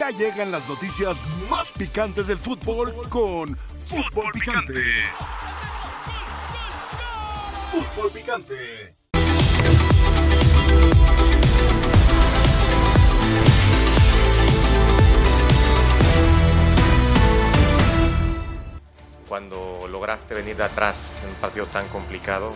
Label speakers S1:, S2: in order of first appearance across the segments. S1: Ya llegan las noticias más picantes del fútbol con Fútbol Picante. Fútbol Picante.
S2: Cuando lograste venir de atrás en un partido tan complicado,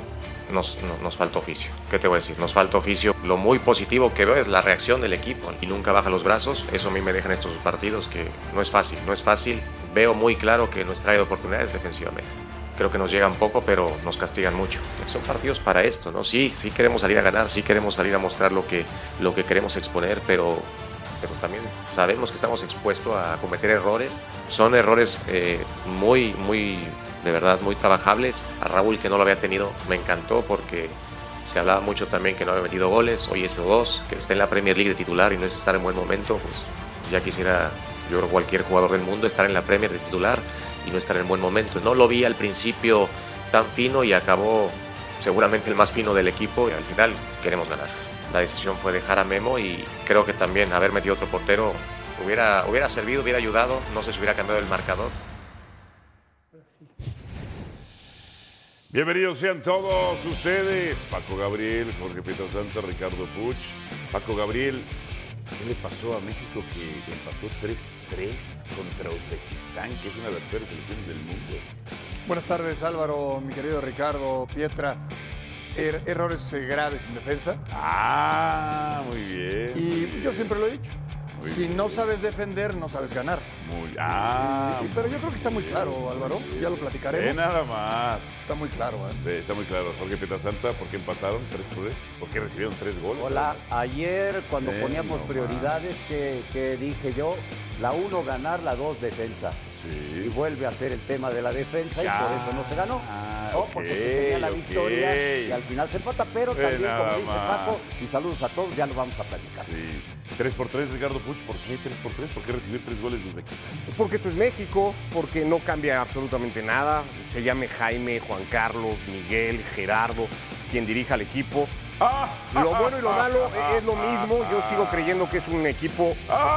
S2: nos, no- nos falta oficio. ¿Qué te voy a decir? Nos falta oficio. Lo muy positivo que veo es la reacción del equipo y nunca baja los brazos. Eso a mí me dejan estos partidos que no es fácil, no es fácil. Veo muy claro que nos trae oportunidades defensivamente. Creo que nos llegan poco, pero nos castigan mucho. Son partidos para esto, ¿no? Sí, sí queremos salir a ganar, sí queremos salir a mostrar lo que, lo que queremos exponer, pero pero también sabemos que estamos expuestos a cometer errores. Son errores eh, muy, muy, de verdad, muy trabajables. A Raúl, que no lo había tenido, me encantó porque se hablaba mucho también que no había metido goles. Hoy es dos, que está en la Premier League de titular y no es estar en buen momento. Pues ya quisiera, yo creo, cualquier jugador del mundo estar en la Premier de titular y no estar en buen momento. No lo vi al principio tan fino y acabó seguramente el más fino del equipo y al final queremos ganar. La decisión fue dejar a Memo y creo que también haber metido otro portero hubiera, hubiera servido, hubiera ayudado, no sé si hubiera cambiado el marcador.
S3: Bienvenidos sean todos ustedes, Paco Gabriel, Jorge Pietrasanta, Ricardo Puch. Paco Gabriel, ¿qué le pasó a México que empató 3-3 contra Uzbekistán, que es una de las peores selecciones del mundo?
S4: Buenas tardes, Álvaro, mi querido Ricardo, Pietra. Er- errores eh, graves en defensa.
S3: Ah, muy bien. muy
S4: Y
S3: bien.
S4: yo siempre lo he dicho.
S3: Muy
S4: Si
S3: bien.
S4: no sabes defender, no sabes ganar.
S3: Muy, ah,
S4: Y- Pero yo creo que está muy claro, Álvaro. Ya lo
S3: ve
S4: platicaremos.
S3: nada más.
S4: Está muy claro, ¿eh?
S3: Ve, Está muy claro, Jorge Pietrasanta, ¿por qué empataron 3-3? ¿Por qué recibieron 3 goles? Ah,
S5: Hola, ayer cuando
S3: Eh,
S5: poníamos
S3: no
S5: prioridades, que, que dije yo, la 1 ganar, la 2 defensa. Y
S3: Sí.
S5: vuelve a ser el tema de la defensa
S3: Ya.
S5: y por eso no se ganó.
S3: Ah,
S5: no,
S3: ok,
S5: porque se tenía la
S3: ok.
S5: victoria y al final se empata, pero
S3: Ve
S5: también,
S3: nada
S5: como dice
S3: más.
S5: Paco, y saludos a todos, ya lo vamos a platicar.
S3: Sí. 3x3, Ricardo Puch, ¿por qué 3x3? ¿Por qué recibir 3 goles de Uzbekistán?
S6: Porque esto es México, porque no cambia absolutamente nada. Se llame Jaime, Juan Carlos, Miguel, Gerardo, quien dirija el equipo.
S3: ah,
S6: Lo bueno y lo malo es lo mismo. Yo sigo creyendo que es un equipo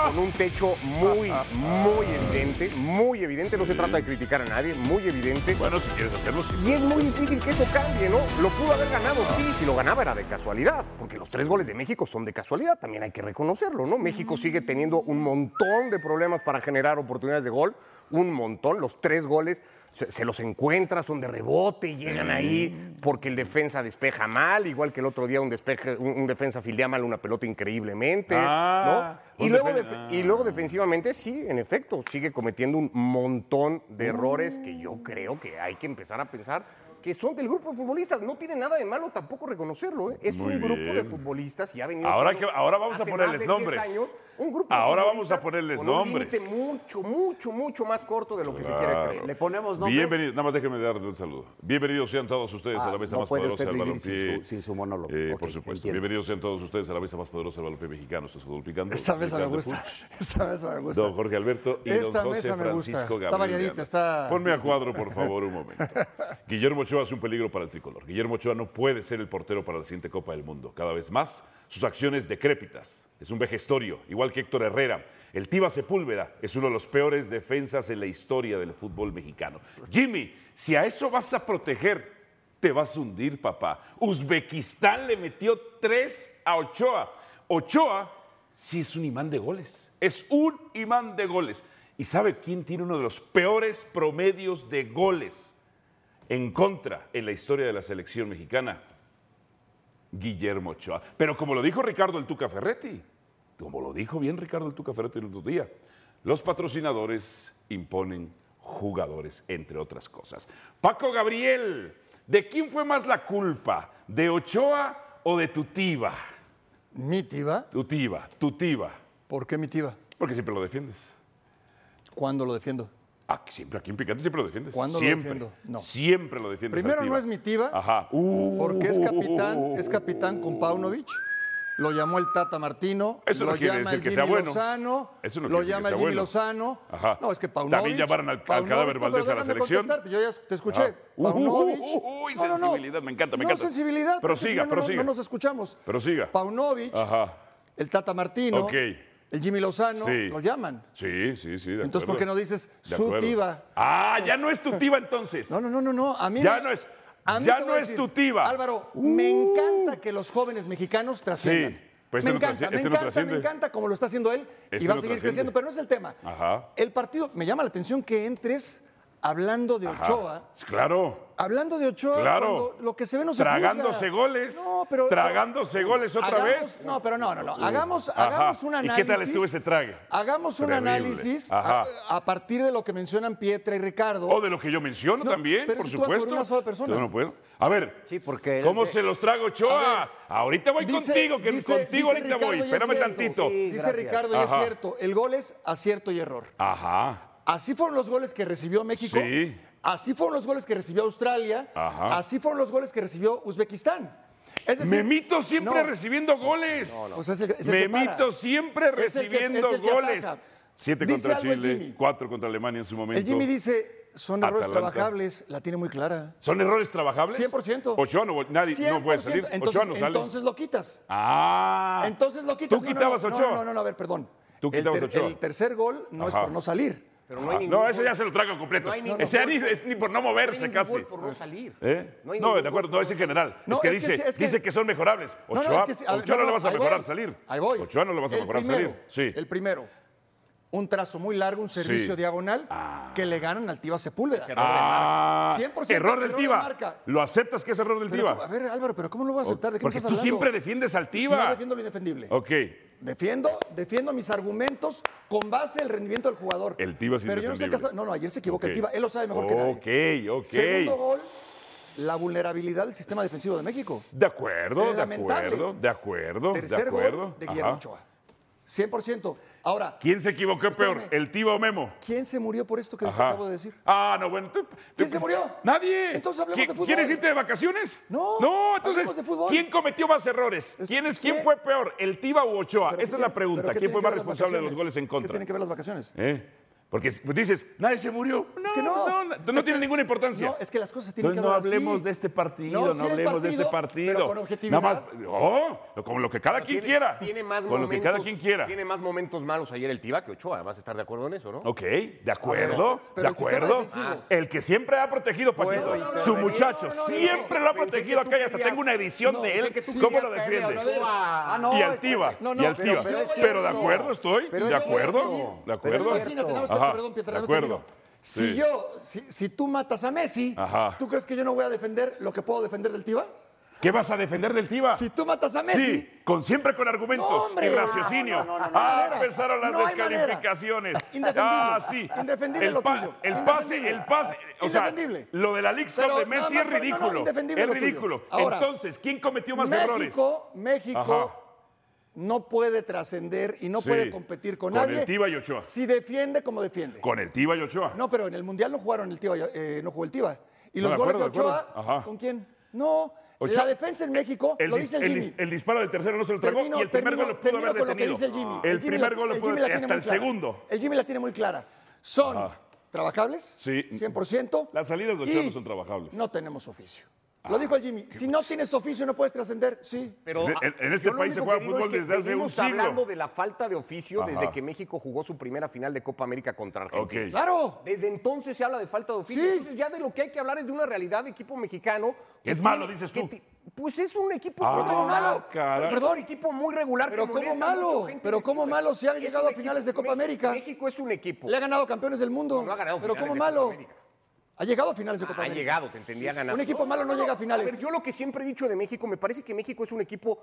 S6: con un techo muy, muy evidente. Muy evidente. No se trata de criticar a nadie, muy evidente.
S3: Bueno, si quieres hacerlo, sí.
S6: Y es muy difícil que eso cambie, ¿no? Lo pudo haber ganado, sí, si lo ganaba era de casualidad, porque los tres goles de México son de casualidad, también hay que reconocerlo, ¿no? México sigue teniendo un montón de problemas para generar oportunidades de gol, un montón, los tres goles se, se los encuentra, son de rebote, llegan ahí porque el defensa despeja mal, igual que el otro día un, despeje, un, un defensa fildea mal una pelota increíblemente,
S3: Ah,
S6: ¿no?
S3: un
S6: Y luego,
S3: defen-
S6: def-
S3: ah.
S6: y luego defensivamente sí, en efecto, sigue cometiendo un montón de errores que yo creo que hay que empezar a pensar que son del grupo de futbolistas. No tiene nada de malo tampoco reconocerlo. ¿eh? Es
S3: Muy
S6: un grupo de
S3: bien.
S6: futbolistas y ha venido.
S3: Ahora,
S6: siendo
S3: que- ahora vamos a
S6: hace
S3: ponerles
S6: más de 10
S3: nombres.
S6: años un grupo de
S3: Ahora vamos
S6: futbolistas
S3: a ponerles
S6: con
S3: nombres.
S6: Un límite mucho, mucho, mucho más corto de lo que se
S3: Claro.
S6: quiere
S5: Le
S6: creer.
S5: ponemos nombres.
S3: Bienvenidos, nada más déjenme darle un saludo. Bienvenidos sean todos ustedes
S5: Ah,
S3: a la mesa
S5: no
S3: más
S5: puede
S3: poderosa
S5: usted
S3: del
S5: vivir
S3: balompié.
S5: sin su- sin su monólogo.
S3: Eh,
S5: Ok,
S3: por supuesto.
S5: entiendo.
S3: Bienvenidos sean todos ustedes a la mesa más poderosa del balompié mexicano. Esto es Fútbol Picante.
S4: Esta mesa me
S3: Ricardo
S4: gusta.
S3: Puch,
S4: Esta mesa me gusta.
S3: Don Jorge Alberto y
S4: Esta
S3: don José
S4: mesa me gusta.
S3: Francisco Gabriel.
S4: Está variadita,
S3: Leal.
S4: está-
S3: Ponme a cuadro, por favor, un momento. Guillermo Ochoa es un peligro para el tricolor. Guillermo Ochoa no puede ser el portero para la siguiente Copa del Mundo. Cada vez más, sus acciones decrépitas. Es un vejestorio, igual que Héctor Herrera. El Tiva Sepúlveda es uno de los peores defensas en la historia del fútbol mexicano. Jimmy, si a eso vas a proteger, te vas a hundir, papá. Uzbekistán le metió 3 a Ochoa. Ochoa sí es un imán de goles. Es un imán de goles. ¿Y sabe quién tiene uno de los peores promedios de goles en contra en la historia de la selección mexicana? Guillermo Ochoa. Pero como lo dijo Ricardo el Tuca Ferretti, como lo dijo bien Ricardo el Tuca Ferretti el otro día, los patrocinadores imponen jugadores, entre otras cosas. Paco Gabriel, ¿de quién fue más la culpa? ¿De Ochoa o de Tutiva?
S4: ¿Mi tiba?
S3: Tutiva, Tutiva.
S4: ¿Por qué mi tiba?
S3: Porque siempre lo defiendes.
S4: ¿Cuándo lo defiendo?
S3: Aquí, siempre, aquí en Picante siempre lo defiendes.
S4: ¿Cuándo lo
S3: siempre,
S4: defiendo? No.
S3: Siempre lo defiendes.
S4: Primero
S3: al
S4: no es mi Tiva,
S3: Ajá. Uh.
S4: Porque es capitán, es capitán con Paunovic. Lo llamó el Tata Martino,
S3: Eso no
S4: lo
S3: quiere
S4: llama
S3: decir
S4: el
S3: que
S4: Jimmy
S3: sea bueno.
S4: Lozano,
S3: Eso no
S4: lo
S3: quiere decir que
S4: llama el
S3: sea
S4: Jimmy
S3: bueno.
S4: Lozano.
S3: Ajá.
S4: No, es que
S3: También
S4: Paunovic.
S3: llamaron al- al
S4: Paunovic-
S3: cadáver
S4: no,
S3: Valdés
S4: pero
S3: a la
S4: déjame
S3: selección.
S4: contestarte, Yo ya te escuché.
S3: Ajá. Uh, uh,
S4: Paunovic.
S3: uh, uh, uy, sensibilidad, me encanta, me
S4: no,
S3: encanta.
S4: sensibilidad. porque
S3: Prosiga,
S4: si no, no- No,
S3: prosiga.
S4: nos escuchamos.
S3: Prosiga.
S4: Paunovic,
S3: Ajá.
S4: el Tata Martino,
S3: Ok.
S4: el El Jimmy Lozano,
S3: Sí.
S4: lo llaman.
S3: Sí, sí, sí. de
S4: Entonces, ¿por
S3: acuerdo.
S4: qué no dices
S3: De
S4: su
S3: acuerdo.
S4: tiba?
S3: Ah, ya no es tu tiba entonces.
S4: No, no, no, no, no. A mí
S3: Ya
S4: me-
S3: no es-
S4: a mí
S3: ya
S4: te
S3: no
S4: voy a
S3: es tu tiba.
S4: Álvaro, me encanta que los jóvenes mexicanos trasciendan.
S3: Sí, pero
S4: me
S3: este no
S4: encanta,
S3: trasci-
S4: me
S3: este no
S4: encanta,
S3: trasciende.
S4: me encanta como lo está haciendo él
S3: Este
S4: y va
S3: no
S4: a seguir
S3: trasciende.
S4: creciendo, pero no es el tema.
S3: Ajá.
S4: El partido, me llama la atención que entres hablando de
S3: Ajá. Pues
S4: Ochoa.
S3: Claro.
S4: Hablando de Ochoa,
S3: Claro.
S4: cuando lo que se ve no se juzga.
S3: Tragándose goles.
S4: No, pero-
S3: Tragándose goles otra
S4: Hagamos-
S3: vez.
S4: No, pero no, no, no. Hagamos,
S3: Ajá.
S4: hagamos un
S3: ¿Y
S4: análisis.
S3: qué tal estuvo ese trague?
S4: Hagamos un
S3: Terrible.
S4: análisis
S3: Ajá.
S4: a, a partir de lo que mencionan Pietra y Ricardo.
S3: O de lo que yo menciono
S4: No,
S3: también,
S4: pero
S3: por
S4: es que tú vas sobre
S3: supuesto.
S4: una sola persona.
S3: Yo no puedo. A ver,
S7: Sí, porque él-
S3: ¿cómo
S7: de-
S3: se los trago, Choa?
S4: A ver,
S3: ahorita voy
S4: Dice-
S3: contigo, que
S4: dice-
S3: contigo
S4: dice
S3: ahorita voy.
S4: Ricardo, y es
S3: Espérame
S4: cierto.
S3: tantito.
S7: Sí.
S4: Dice
S7: gracias.
S4: Ricardo, y es
S3: Ajá.
S4: cierto, el gol es acierto y error.
S3: Ajá.
S4: Así fueron los goles que recibió México.
S3: Sí.
S4: Así fueron los goles que recibió Australia.
S3: Ajá.
S4: Así fueron los goles que recibió Uzbekistán. Es decir,
S3: Memito siempre
S4: no,
S3: recibiendo goles.
S4: pues es el- es el que
S3: Memito
S4: para.
S3: siempre
S4: Es el que-
S3: recibiendo
S4: es el que
S3: goles.
S4: ataca.
S3: Siete
S4: Dice
S3: contra
S4: algo el
S3: Chile,
S4: Jimmy.
S3: cuatro contra Alemania en su momento.
S4: El Jimmy dice, son errores
S3: Atalanta.
S4: trabajables, la tiene muy clara.
S3: ¿Son errores trabajables?
S4: 100%.
S3: Ochoa no, nadie, no puede
S4: 100%.
S3: salir.
S4: Entonces,
S3: Ochoa no sale.
S4: entonces lo quitas.
S3: ah.
S4: Entonces lo quitas.
S3: ¿Tú
S4: No, no,
S3: quitabas
S4: no,
S3: a Ochoa?
S4: No, no, no, a ver, perdón.
S3: Tú
S4: El
S3: quitabas a Ochoa.
S4: El tercer gol no es
S3: Ajá.
S4: por no salir.
S6: Pero no hay ningún
S3: No, eso
S6: gol-
S3: ya se lo tragan completo.
S6: No hay ningún
S3: Ese
S6: gol.
S3: ni, es ni por no moverse
S6: ningún
S3: casi.
S6: gol por no salir.
S3: ¿Eh?
S6: No
S3: No,
S6: hay ningún
S3: de acuerdo,
S6: gol.
S3: no es en general.
S4: No,
S3: es que,
S4: es que
S3: dice,
S4: sí, es que-
S3: dice que son mejorables.
S4: No,
S3: Ochoa,
S4: no, es que sí, a ver,
S3: Ochoa no,
S4: no,
S3: le vas a
S4: ahí
S3: mejorar
S4: voy,
S3: salir.
S4: Ahí voy.
S3: Ochoa no le vas a
S4: El
S3: mejorar
S4: primero,
S3: salir. Sí.
S4: El primero. Un trazo muy largo, un servicio
S3: Sí.
S4: diagonal que le ganan al Tiva Sepúlveda.
S3: Ah,
S4: 100%
S3: error del
S4: error de
S3: Tiva.
S4: marca.
S3: ¿Lo aceptas que es error del
S4: Pero tú- a
S3: Tiva?
S4: ver, Álvaro, pero ¿cómo lo voy a aceptar? ¿De qué me
S3: Porque
S4: estás
S3: tú
S4: hablando?
S3: siempre defiendes al
S4: No
S3: Tiva.
S4: defiendo lo indefendible.
S3: Ok.
S4: Defiendo, defiendo mis argumentos con base al rendimiento del jugador.
S3: El Tiva es
S4: Pero yo no estoy
S3: indefendible.
S4: casado. No, no, ayer se equivoca
S3: Ok.
S4: el Tiva. Él lo sabe mejor que nadie.
S3: Ok, ok.
S4: Segundo gol, la vulnerabilidad del sistema defensivo de México.
S3: De acuerdo, de
S4: Lamentable.
S3: acuerdo, de acuerdo,
S4: Tercer
S3: de acuerdo.
S4: gol de Guillermo
S3: Ajá.
S4: Ochoa. 100%. Ahora,
S3: ¿Quién se equivocó peor,
S4: Espérame.
S3: el Tiva o Memo?
S4: ¿quién se murió por esto que les
S3: Ajá.
S4: acabo de decir?
S3: Ah, no, bueno. tú-
S4: ¿Quién
S3: tú-
S4: se murió?
S3: Nadie.
S4: Entonces hablemos
S3: ¿Qui-
S4: de fútbol.
S3: ¿Quieres irte de vacaciones?
S4: No,
S3: No, entonces,
S4: hablemos de fútbol.
S3: ¿quién cometió más errores?
S4: Es-
S3: ¿Quién, es, ¿quién
S4: ¿quién?
S3: fue peor, el Tiva u Ochoa?
S4: ¿Pero
S3: Esa
S4: qué
S3: es
S4: tiene-
S3: la pregunta.
S4: pero qué
S3: ¿Quién
S4: tiene
S3: fue
S4: que
S3: más
S4: ver las
S3: responsable de los
S4: vacaciones?
S3: goles en
S4: ¿Qué tienen
S3: contra?
S4: que ver las vacaciones?
S3: ¿Eh? Porque si- pues dices, nadie se murió. No,
S4: Es que no.
S3: no, no, no
S4: Es
S3: tiene
S4: que-
S3: ninguna importancia.
S4: no, es que las cosas se tienen
S3: Entonces
S4: que
S3: no
S4: hablar así.
S3: hablemos de este partido, no,
S4: No, sí, el
S3: hablemos de este
S4: partido,
S3: partido.
S4: pero con objetividad.
S3: Nada más, oh, como lo que cada quien
S6: Tiene-
S3: quiera.
S6: Tiene más
S3: con lo
S6: momentos,
S3: que cada quien quiera.
S6: Tiene más momentos malos ayer el Tiva que Ochoa. Vas a estar de acuerdo en eso, ¿no?
S3: Ok, de acuerdo, de
S4: pero el sistema
S3: acuerdo.
S4: defensivo.
S3: El que siempre ha protegido Paquito,
S6: Puedo
S3: su
S6: intervenir.
S3: muchacho,
S4: No, no, no,
S3: siempre
S6: no,
S3: lo ha
S6: pensé que
S3: protegido
S6: tú
S3: acá y hasta
S6: querías-
S3: tengo una edición
S4: no,
S3: de
S4: pensé
S3: él.
S6: que tú
S3: ¿Cómo lo
S6: querías caerle a
S3: defiende?
S7: Ah,
S3: y
S7: no,
S3: al Tiva,
S4: no, no,
S3: y al
S4: pero- pero
S3: Tiva. Pero,
S4: es
S3: de
S4: cierto.
S3: acuerdo estoy,
S7: Pero
S3: de
S7: es
S3: acuerdo,
S7: cierto.
S3: de
S4: Pero
S3: acuerdo.
S4: imagínate, nada más,
S3: Ajá,
S4: perdón, Pietra,
S3: de
S4: nada más te
S3: acuerdo.
S4: digo. Si
S3: Sí.
S4: yo, si, si tú matas a Messi,
S3: Ajá.
S4: ¿tú crees que yo no voy a defender lo que puedo defender del Tiva?
S3: ¿Qué vas a defender del Tiva?
S4: Si tú matas a Messi,
S3: Sí, con siempre con argumentos
S4: No, hombre.
S3: y raciocinio.
S4: No, no, no, no, no hay
S3: ah,
S4: manera.
S3: empezaron las
S4: No hay
S3: descalificaciones.
S4: manera. Indefendible.
S3: Ah, sí.
S4: Indefendible
S3: el
S4: lo
S3: pa-
S4: tuyo.
S3: El pase,
S4: Indefendible.
S3: el pase. O sea,
S4: Indefendible.
S3: lo de la League Cup
S4: Pero
S3: de
S4: nada
S3: Messi
S4: más,
S3: es
S4: pero no, no,
S3: ridículo.
S4: indefendible
S3: es
S4: lo tuyo.
S3: ridículo.
S4: Ahora,
S3: Entonces, ¿quién cometió más errores?
S4: México, México
S3: Ajá.
S4: no puede trascender y no
S3: Sí.
S4: puede competir con,
S3: Con
S4: nadie.
S3: el Tiva y Ochoa.
S4: Si defiende como defiende.
S3: Con el Tiva y Ochoa.
S4: No, pero en el Mundial no jugaron el Tiva, eh, no jugó el Tiva. Y
S3: No,
S4: los
S3: de
S4: goles
S3: acuerdo,
S4: de
S3: de
S4: Ochoa,
S3: acuerdo. Ajá.
S4: ¿con quién? No.
S3: Ochoa-
S4: la defensa en México,
S3: El,
S4: lo
S3: dis-
S4: dice el
S3: el
S4: Jimmy.
S3: dis- el disparo del tercero no se lo tragó
S4: Termino-
S3: y el primer
S4: termino-
S3: gol lo pudo
S4: termino
S3: haber
S4: con lo que
S3: detenido.
S4: dice el Jimmy.
S3: El,
S4: Jimmy
S3: primer
S4: la-
S3: gol lo
S4: el
S3: pudo
S4: Jimmy la tiene
S3: hasta
S4: muy
S3: el
S4: clara.
S3: segundo.
S4: El Jimmy la tiene muy clara. Son trabajables,
S3: Sí.
S4: 100%.
S3: Las salidas de Ochoa
S4: y
S3: no son trabajables. Ah,
S4: No tenemos oficio. Lo dijo el Jimmy. Si no tienes oficio, no puedes trascender. Sí.
S6: Pero,
S3: En-
S6: ah,
S3: en este
S6: yo lo
S3: país se
S6: único
S3: juega
S6: que digo
S3: fútbol
S6: que
S3: desde hace
S6: venimos
S3: un siglo.
S6: hablando de la falta de oficio
S3: Ajá.
S6: desde que México jugó su primera final de Copa América contra Argentina.
S3: Ok.
S4: Claro.
S6: Desde entonces se habla de falta de oficio.
S4: Sí.
S6: Entonces ya de lo que hay que hablar es de una realidad de equipo mexicano. que
S3: Es malo, dices
S6: que
S3: tú.
S6: ti- Pues es un equipo
S3: Ah,
S6: muy malo.
S3: caray.
S6: Es un equipo muy regular.
S4: Pero
S6: que
S4: ¿cómo
S6: molesta
S4: malo?
S6: mucha gente
S4: Pero ¿cómo
S6: decirlo.
S4: malo si ha
S6: Es
S4: llegado
S6: un
S4: a finales de Copa
S6: México-
S4: América?
S6: México es un equipo.
S4: Le ha ganado campeones del mundo.
S6: No, no ha ganado
S4: Pero
S6: finales
S4: ¿cómo
S6: de Copa
S4: malo?
S6: América.
S4: Ha llegado a finales de Copa
S6: Ha
S4: América.
S6: llegado, te entendía ganar.
S4: Un equipo malo no llega a finales.
S6: ver, yo lo que siempre he dicho de México, me parece que México es un equipo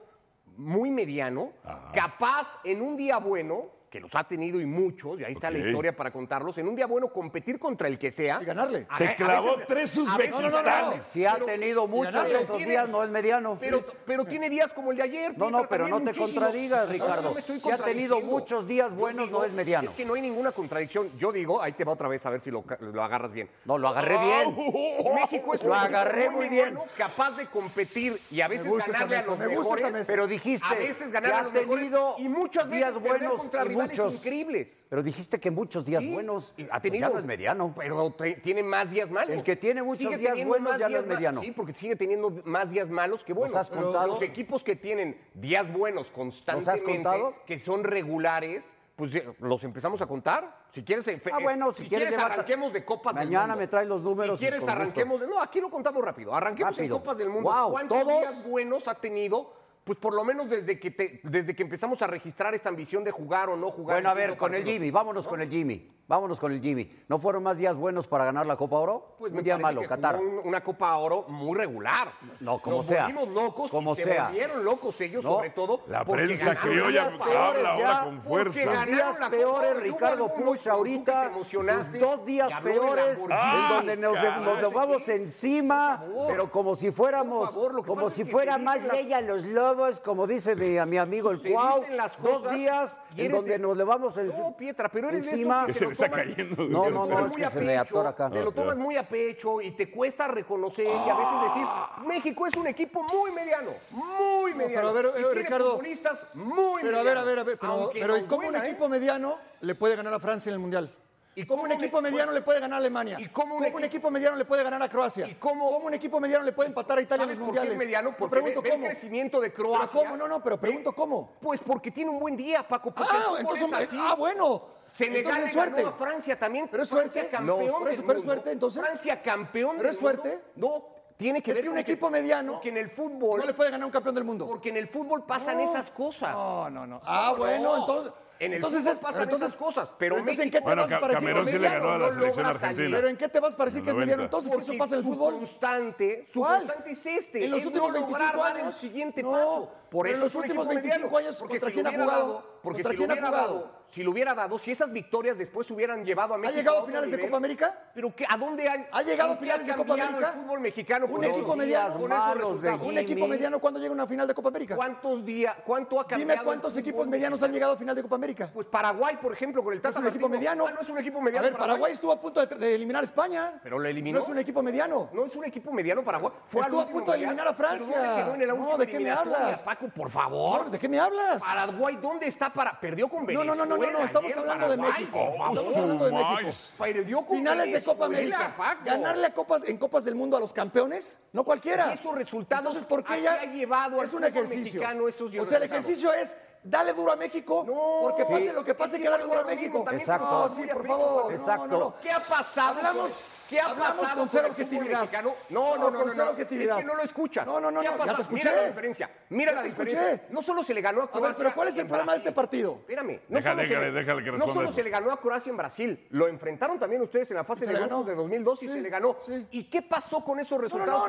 S6: muy mediano,
S4: Ah.
S6: capaz en un día bueno, que los ha tenido y muchos, y ahí está
S3: Ok.
S6: la historia para contarlos, en un día bueno competir contra el que sea.
S4: Y ganarle.
S6: A-
S3: Te
S6: a
S3: clavó
S6: veces-
S3: tres
S7: Ah,
S6: a veces-
S3: Uzbekistán. No, no, no, no.
S7: Si ha tenido muchos
S4: ganarle.
S7: de esos días, no es mediano.
S6: Pero, pero tiene días como el de ayer.
S7: No, no,
S6: Pietra,
S7: pero
S6: también
S7: no te
S6: muchísimos.
S7: contradigas,
S6: No, no, no
S7: Ricardo.
S6: me estoy
S7: Si ha tenido
S6: contradiciendo.
S7: muchos días buenos,
S6: Yo
S7: no es mediano.
S6: Es que no hay ninguna contradicción. Yo digo, ahí te va otra vez a ver si lo, ca- lo agarras bien.
S7: No, lo agarré bien.
S6: México es
S7: Lo
S6: un
S7: agarré
S6: equipo
S7: muy bien.
S6: mediano, capaz de competir y a veces
S4: gusta esta
S6: ganarle a
S4: mesa,
S6: los
S4: me gusta
S6: mejores,
S4: esta mesa.
S7: Pero dijiste
S6: a veces
S7: que
S6: ganar a
S7: ha
S6: los mejores
S7: tenido
S6: y muchas veces
S7: días
S6: perder
S7: buenos
S6: contra
S7: y
S6: rivales
S7: muchos-
S6: increíbles.
S7: Pero dijiste que muchos días
S6: Sí,
S7: buenos.
S6: y
S7: Pues
S6: ha tenido
S7: ya no es mediano.
S6: pero te- tiene más días malos.
S7: El que tiene muchos días
S6: teniendo
S7: buenos
S6: más
S7: ya no
S6: días
S7: es
S6: ma-
S7: mediano.
S6: Sí, porque sigue teniendo más días malos que buenos.
S7: has
S6: Pero
S7: contado?
S6: Los equipos que tienen días buenos constantemente,
S7: contado?
S6: que son regulares, Pues eh, los empezamos a contar. Si quieres, eh, fe-
S7: Ah, bueno, si quieres, llévate-
S6: arranquemos de copas del mundo.
S7: Mañana me traes los números
S6: Si
S7: y
S6: quieres,
S7: con gusto.
S6: arranquemos. de- No, aquí lo contamos rápido. Arranquemos
S7: Rápido.
S6: en copas del mundo.
S7: Guau,
S6: ¿Cuántos
S7: ¿todos?
S6: días buenos ha tenido? Pues por lo menos desde que te- desde que empezamos a registrar esta ambición de jugar o no jugar.
S7: Bueno, a
S6: el
S7: ver,
S6: quinto
S7: con el
S6: partido.
S7: Jimmy, vámonos con el Jimmy. Vámonos con el Jimmy. ¿No fueron más días buenos para ganar la Copa Oro?
S6: Pues me
S7: un día
S6: parece
S7: malo,
S6: que
S7: Qatar.
S6: jugó un- una Copa Oro muy regular.
S7: No, como
S6: Nos
S7: sea.
S6: volvimos locos.
S7: Como
S6: y se
S7: sea.
S6: volvieron locos ellos,
S7: No.
S6: sobre todo.
S3: La
S6: porque
S3: prensa
S6: ganaron
S3: criolla
S6: días
S3: habla
S6: peores
S3: ahora
S6: ya,
S3: con
S6: porque
S3: fuerza.
S6: ganaron
S7: días
S6: la Copa
S7: peores,
S6: Oro. Y hubo
S7: Ricardo
S6: algunos
S7: Puch,
S6: con tú que
S7: ahorita,
S6: te emocionaste,
S7: sus dos días
S6: que habló de
S7: peores en
S6: Lamborghini,
S7: donde nos,
S6: caray.
S7: nos vamos encima,
S6: Por favor.
S7: pero como si fuéramos,
S6: Por favor, lo que
S7: como
S6: pasa
S7: si
S6: es que
S7: fuera
S6: se
S7: más
S6: dicen las-
S7: ley a los lobos, como dice mi, a mi amigo el
S6: Se
S7: Cuau,
S6: dicen las
S7: dos
S6: cosas
S7: días
S6: y
S7: en
S6: eres
S7: donde
S6: el-
S7: nos levamos el-
S6: No, Pietra, pero eres de estos
S7: encima.
S6: que
S3: Se le está
S6: toman-
S3: cayendo.
S7: No,
S6: Te lo
S7: no,
S6: tomas
S7: no, es
S6: muy
S7: que
S6: a
S7: se
S6: pecho,
S7: le atora acá.
S6: Te lo tomas muy a pecho y te cuesta reconocer y a veces decir, México es un equipo muy mediano, muy mediano.
S4: pero a ver,
S6: y
S4: eh,
S6: tiene
S4: Ricardo,
S6: futbolistas muy
S4: Pero a ver, a ver, a ver. Pero,
S6: Aunque
S4: pero ¿y
S6: nos
S4: cómo un
S6: duela, ¿eh?
S4: equipo mediano le puede ganar a Francia en el Mundial?
S6: ¿Y
S4: ¿Y cómo un
S6: cómo
S4: equipo
S6: me-
S4: mediano le puede ganar a Alemania?
S6: ¿Y cómo un
S4: ¿Cómo
S6: equi-
S4: equipo mediano le puede ganar a Croacia?
S6: ¿Y cómo-
S4: un equipo mediano le puede empatar a Italia en
S6: ¿Sabes
S4: los
S6: por qué
S4: mundiales?
S6: es mediano?
S4: Me
S6: Porque
S4: pregunto
S6: ve- ve
S4: cómo.
S6: el crecimiento de
S4: Pero
S6: Croacia.
S4: cómo? No, no, pero pregunto
S6: Ve-
S4: cómo.
S6: Pues porque tiene un buen día, Paco. porque el
S4: Ah,
S6: fútbol
S4: entonces,
S6: es así.
S4: ah, bueno.
S6: Senegal
S4: entonces,
S6: le ganó
S4: suerte.
S6: a Francia también.
S4: Pero es
S6: Francia
S4: suerte.
S6: campeón
S4: No, pero es-
S6: del
S4: pero es
S6: mundo.
S4: suerte, entonces.
S6: Francia campeón.
S4: Pero es
S6: del mundo.
S4: suerte.
S6: No, tiene que
S4: Es
S6: ver
S4: que un
S6: con
S4: equipo mediano
S6: Porque en el fútbol.
S4: No le puede ganar a un campeón del mundo.
S6: Porque en el fútbol pasan esas cosas.
S4: No, no, no. Ah,
S6: No,
S4: bueno,
S6: no.
S4: entonces.
S6: En el
S4: entonces
S6: fútbol
S4: es-
S6: pasan
S4: pero entonces-
S6: esas cosas, pero
S4: entonces, ¿en
S6: México-
S4: qué te
S3: Bueno,
S4: vas a
S3: Ca-
S4: parecer?
S3: Camerún sí le
S4: mediano?
S3: ganó a
S6: no
S3: la selección
S6: logra salir.
S3: argentina.
S4: Pero ¿en qué te vas a parecer
S3: En
S4: que es
S3: el
S4: mediano
S3: 90.
S4: entonces si eso pasa en el
S6: su
S4: fútbol?
S6: constante, su
S4: ¿Cuál?
S6: constante es este.
S4: En los
S6: es
S4: últimos
S6: no lograr
S4: 25
S6: dar
S4: años.
S6: el siguiente
S4: No,
S6: paso. Por
S4: pero
S6: eso
S4: en los
S6: es un
S4: últimos
S6: equipo
S4: 25
S6: mediano,
S4: años,
S6: porque
S4: ¿contra
S6: si
S4: quién
S6: lo
S4: ha
S6: hubiera
S4: jugado?
S6: dado- Porque
S4: ¿Contra
S6: si lo
S4: quién ha
S6: hubiera
S4: jugado?
S6: dado, si lo hubiera dado, si esas victorias después hubieran llevado a México.
S4: llegado a
S6: otro
S4: finales de
S6: nivel,
S4: Copa América?
S6: Pero qué- ¿a dónde ha,
S4: ¿Ha llegado a
S6: en qué
S4: finales de Copa
S6: cambiado
S4: América?
S6: El fútbol mexicano
S4: un
S6: con esos
S4: equipo
S6: días,
S4: mediano,
S6: con esos
S7: malos de
S6: resultados?
S4: un equipo
S7: Jimmy.
S4: mediano cuándo llega a una final de Copa América?
S6: ¿Cuántos días, cuánto ha cambiado?
S4: Dime
S6: el
S4: cuántos equipos
S6: fútbol
S4: medianos han llegado a final de Copa América.
S6: Pues Paraguay, por ejemplo, con el
S4: Es
S6: Tata
S4: un equipo
S6: Martino.
S4: mediano.
S6: Ah, no es un equipo mediano.
S4: A ver, Paraguay estuvo a punto de, de eliminar a España.
S6: Pero lo eliminó.
S4: No es un equipo mediano.
S6: No es un equipo mediano Paraguay. Fue al
S4: Estuvo a
S6: último
S4: punto de
S6: mundial,
S4: eliminar a
S6: pero
S4: Francia.
S6: ¿Dónde quedó en la
S4: No,
S6: última
S4: ¿de qué me
S6: eliminatoria,
S4: hablas?
S6: Paco, por favor.
S4: ¿De qué me hablas?
S6: Paraguay, ¿dónde está para? Perdió con
S4: No,
S6: Venezuela.
S4: no, no, no, no, no, estamos
S6: ayer,
S4: hablando de
S6: Paraguay,
S4: México.
S6: por favor.
S3: Oh,
S4: Estamos hablando de México.
S3: Sumais.
S6: Perdió con
S4: Finales de Copa
S6: Venezuela,
S4: América.
S6: Paco.
S4: Ganarle a copas, en Copas del Mundo a los campeones, no cualquiera.
S6: Y esos resultados
S4: Entonces, ¿por
S6: ¿a
S4: qué
S6: qué
S4: ya
S6: ha llevado al
S4: es un
S6: fútbol
S4: ejercicio?
S6: mexicano esos
S4: o sea, el
S6: resultados?
S4: ejercicio es dale duro a México,
S6: No,
S4: porque pase
S6: sí.
S4: lo que pase,
S6: Es
S4: que dale duro a
S6: igual lo mismo
S4: México.
S6: también,
S7: Exacto.
S4: No,
S6: como
S4: sí,
S6: Julia
S4: por
S6: Prieto,
S4: favor.
S6: Paco.
S4: Exacto. No, no, no.
S6: ¿Qué ha pasado?
S4: Hablamos,
S6: ¿Qué ha
S4: hablamos
S6: pasado
S4: con cero
S6: el fútbol
S4: objetividad.
S6: mexicano? No, no, no,
S4: con
S6: no,
S4: cero
S6: no.
S4: objetividad.
S6: Es que no lo escuchas.
S4: No, no, no,
S6: ¿Qué ha
S4: no, ya te
S6: pasado?
S4: escuché.
S6: Mira la diferencia. Mira
S4: Ya
S6: la
S4: te
S6: diferencia.
S4: escuché.
S6: No solo se le ganó a
S4: ver,
S6: Croacia.
S4: pero ¿cuál es el
S6: en
S4: problema de este
S6: Brasil.
S4: partido?
S6: Espérame. No
S3: Déjale,
S6: solo se le-
S3: déjale, déjale que
S6: No
S3: responda
S6: solo
S3: eso.
S6: se le ganó a Croacia en Brasil. Lo enfrentaron también ustedes en la fase
S4: Y se
S6: de
S4: le
S6: grupos
S4: ganó.
S6: de 2002 y
S4: Sí,
S6: se le ganó.
S4: sí.
S6: ¿Y qué pasó con esos resultados?